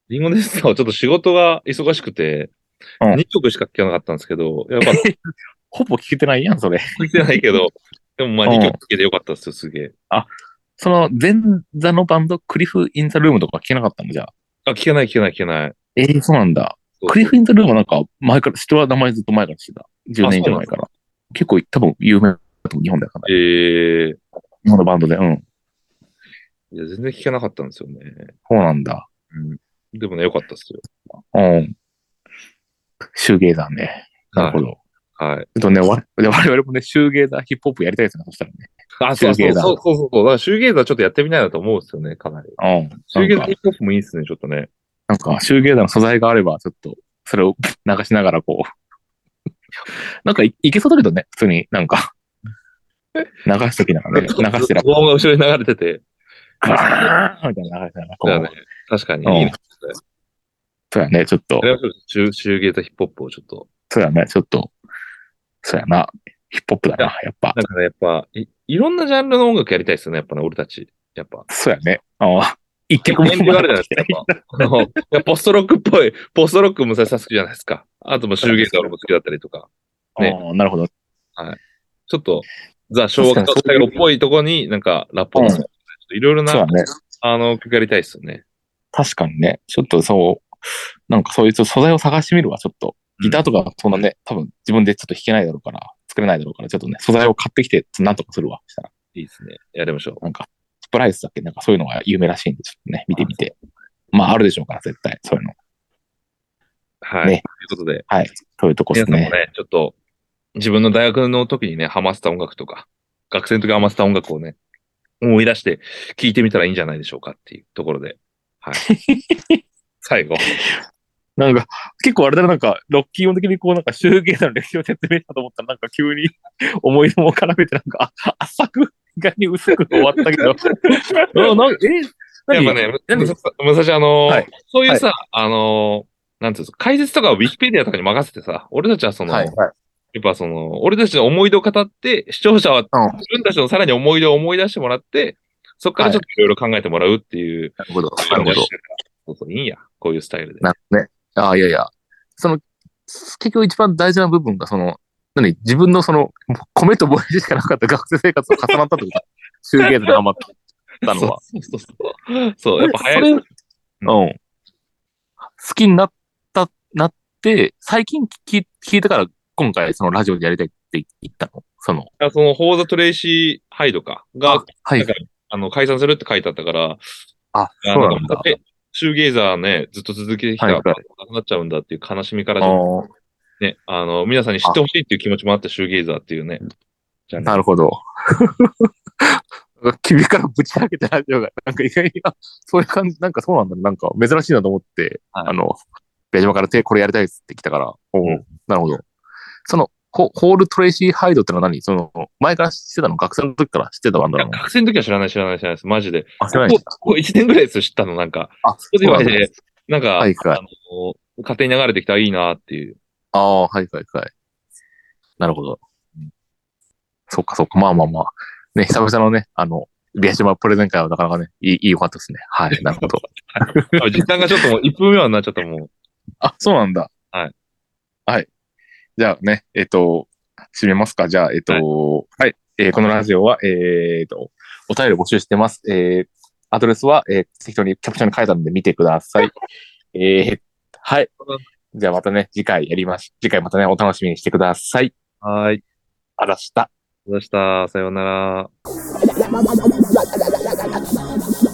Speaker 2: リンゴですと、ちょっと仕事が忙しくて、
Speaker 1: うん
Speaker 2: 2曲しか聴けなかったんですけど、やっぱ聴
Speaker 1: ほぼ聞けてないやん、それ。
Speaker 2: いてない けど、でもまあ
Speaker 1: うん
Speaker 2: 2曲聴けてよかったですよ、すげえ。
Speaker 1: その、前座のバンド、クリフ・イン・ザ・ルームとか聞けなかったのじゃあ。
Speaker 2: あ、聴けない聴けない聴けない。
Speaker 1: ええそうなんだ。
Speaker 2: そう
Speaker 1: クリフ・イン・ザ・ルームはなんか、前から、人は名前ずっと前から知ってた。10年以上前から。結構、多分、有名だと思う、日本だから。
Speaker 2: ええ
Speaker 1: 日本のバンドで。うん。
Speaker 2: いや、全然聴けなかったんですよね。
Speaker 1: そうなんだ。
Speaker 2: うん。でもね、よかったですよ。
Speaker 1: うん。シューゲーザーね。なるほど。ち
Speaker 2: はい。
Speaker 1: ょっとね、わ我々もね、シューゲーザーヒップホップやりたいですね、そしたらね。
Speaker 2: あ、そう
Speaker 1: シュー
Speaker 2: そ
Speaker 1: ゲ
Speaker 2: う
Speaker 1: イザー
Speaker 2: そうそうそう。だからシューゲーザーちょっとやってみたいなと思うんですよね、かなり。
Speaker 1: うん。
Speaker 2: シューゲーザ
Speaker 1: なんか
Speaker 2: ーヒップホップもいいですね、ちょっとね。
Speaker 1: なんか、シューゲーダーの素材があれば、ちょっと、それを 流しながらこう。 なんかい、いけそうだけどね、普通になん か。流すときなんかね、流してら、
Speaker 2: ボーンが後ろに流れてて。
Speaker 1: ガーンみたいな流しながら、こ
Speaker 2: だ
Speaker 1: う
Speaker 2: ね。確かに。
Speaker 1: うん
Speaker 2: いいね。
Speaker 1: そうやね、ちょっと
Speaker 2: あ。れはちょっとシュシューゲーザーヒップホップをちょっと。
Speaker 1: そうやね、ちょっと。そうやな。ヒップホップだな、やっぱ。
Speaker 2: だからやっぱ、いいろんなジャンルの音楽やりたいですよね、やっぱね、俺たち。やっぱ。
Speaker 1: そうやね。ああ。一曲
Speaker 2: 結構
Speaker 1: も
Speaker 2: 年齢があるじゃないですか。やっぱあのいやポストロックっぽい、ポストロックもさ、好きじゃないですか。あともシューゲーザー俺も好きだったりとか。ね
Speaker 1: ああなるほど。
Speaker 2: ちょっと、ザ・昭和歌謡っぽいとこに、なんか、ラップを出すとかねちょっといろいろ
Speaker 1: そう
Speaker 2: な、
Speaker 1: やね。
Speaker 2: あの、曲やりたいですよね。
Speaker 1: 確かにね。ちょっとそう、なんかそういう素材を探してみるわ、ちょっと。ギターとか、そんなね、多分自分でちょっと弾けないだろうから、作れないだろうから、ちょっとね、素材を買ってきて、なんとかするわ、したら。
Speaker 2: いいですね。やりましょう。
Speaker 1: なんか、スプライスだっけなんかそういうのが有名らしいんで、ちょっとね、見てみて。まあ、あるでしょうから、絶対。そういうの。
Speaker 2: はい。
Speaker 1: ね
Speaker 2: ということで、
Speaker 1: はい。そういうとこで
Speaker 2: 皆
Speaker 1: す
Speaker 2: さんも
Speaker 1: ね。
Speaker 2: ね、ちょっと、自分の大学の時にね、ハマってた音楽とか、学生の時ハマってた音楽をね、思い出して聴いてみたらいいんじゃないでしょうかっていうところで、はい。 最後。
Speaker 1: なんか、結構あれだな、なんか、ロッキー音的にこう、なんか、シューゲーザーの歴史を説明したと思ったら、なんか急に 思い出も絡めて、なんか、あ浅く、意外に薄く終わったけ ど。うんなんかえ
Speaker 2: やっ
Speaker 1: 何
Speaker 2: ぱね、む
Speaker 1: 何
Speaker 2: むさむさし、あのー
Speaker 1: はい
Speaker 2: そういうさ、あのーなんていうんですか、解説とかをウィキペディアとかに任せてさ、俺たちはその、やっぱその、俺たちの思い出を語って、視聴者
Speaker 1: う
Speaker 2: は
Speaker 1: ん
Speaker 2: 自分たちのさらに思い出を思い出してもらって、そこからちょっといろいろ考えてもらうっていう、
Speaker 1: なるほど。
Speaker 2: そういうのがしてるそうそう、いいんや、こういうスタイルで。
Speaker 1: なるほどね。ああ、いやいや。その、結局一番大事な部分が、その、何自分のその、米とボイジしかなかった学生生活と重なったというか、シューゲーズでハマったのは。
Speaker 2: そうそうそう。そう、やっぱ
Speaker 1: そ
Speaker 2: 流行
Speaker 1: れ
Speaker 2: り。
Speaker 1: うん。好きになった、なって、最近聞き聞いたから、今回そのラジオでやりたいって言ったのその。
Speaker 2: あその、ホーザ・トレイシー・ハイドか、
Speaker 1: は
Speaker 2: が、なんか
Speaker 1: い。
Speaker 2: あの、解散するって書いてあったから、
Speaker 1: あ、
Speaker 2: あ
Speaker 1: そうなんだ。
Speaker 2: かえシューゲイザーね、ずっと続けてきたら、
Speaker 1: はいはい
Speaker 2: なくなっちゃうんだっていう悲しみから
Speaker 1: あー
Speaker 2: ね、あの、皆さんに知ってほしいっていう気持ちもあって、シューゲイザーっていうね。じゃあね
Speaker 1: なるほど。 君からぶち上げたラジオが、なんか意外に、あそういう感じ、なんかそうなんだ、なんか珍しいなと思って、
Speaker 2: はい
Speaker 1: あの、矢島から手、これやりたいっつって来たから、おう
Speaker 2: うん
Speaker 1: なるほど。その、ホホール・トレイシー・ハイドってのは何その、前から知ってたの学生の時から知ってたバンド
Speaker 2: い
Speaker 1: なの
Speaker 2: や学生の時は知らない、知らない、知らないです。マジで。
Speaker 1: あ、知ら
Speaker 2: こ
Speaker 1: ない
Speaker 2: ここ1年ぐらいですよ、知ったの、なんか。
Speaker 1: あ、
Speaker 2: そこで
Speaker 1: そうなんだ
Speaker 2: で、なんか、
Speaker 1: はいはい
Speaker 2: あの、家庭に流れてきたらいいなっていう。
Speaker 1: ああ、はいはいはい。なるほど。そっかそっか。まあまあまあ。ね、久々のね、あの、ビア島プレゼン会はなかなかね、いい、いいお方ですね。はい、なるほど。
Speaker 2: あ時間がちょっともう1分目はになっちゃったもう。
Speaker 1: あ、そうなんだ。
Speaker 2: はい。
Speaker 1: はい。じゃあね、えっ、と、締めますか。じゃあ、えっ、と、はい、えーこのラジオは、えっ、と、お便り募集してます。えーアドレスは、えー適当にキャプチャーに書いたので見てください。えーはい。じゃあまたね、次回やります。次回またね、お楽しみにしてください。
Speaker 2: はーい。
Speaker 1: あらした。
Speaker 2: どうしたさようなら。
Speaker 3: Yeah.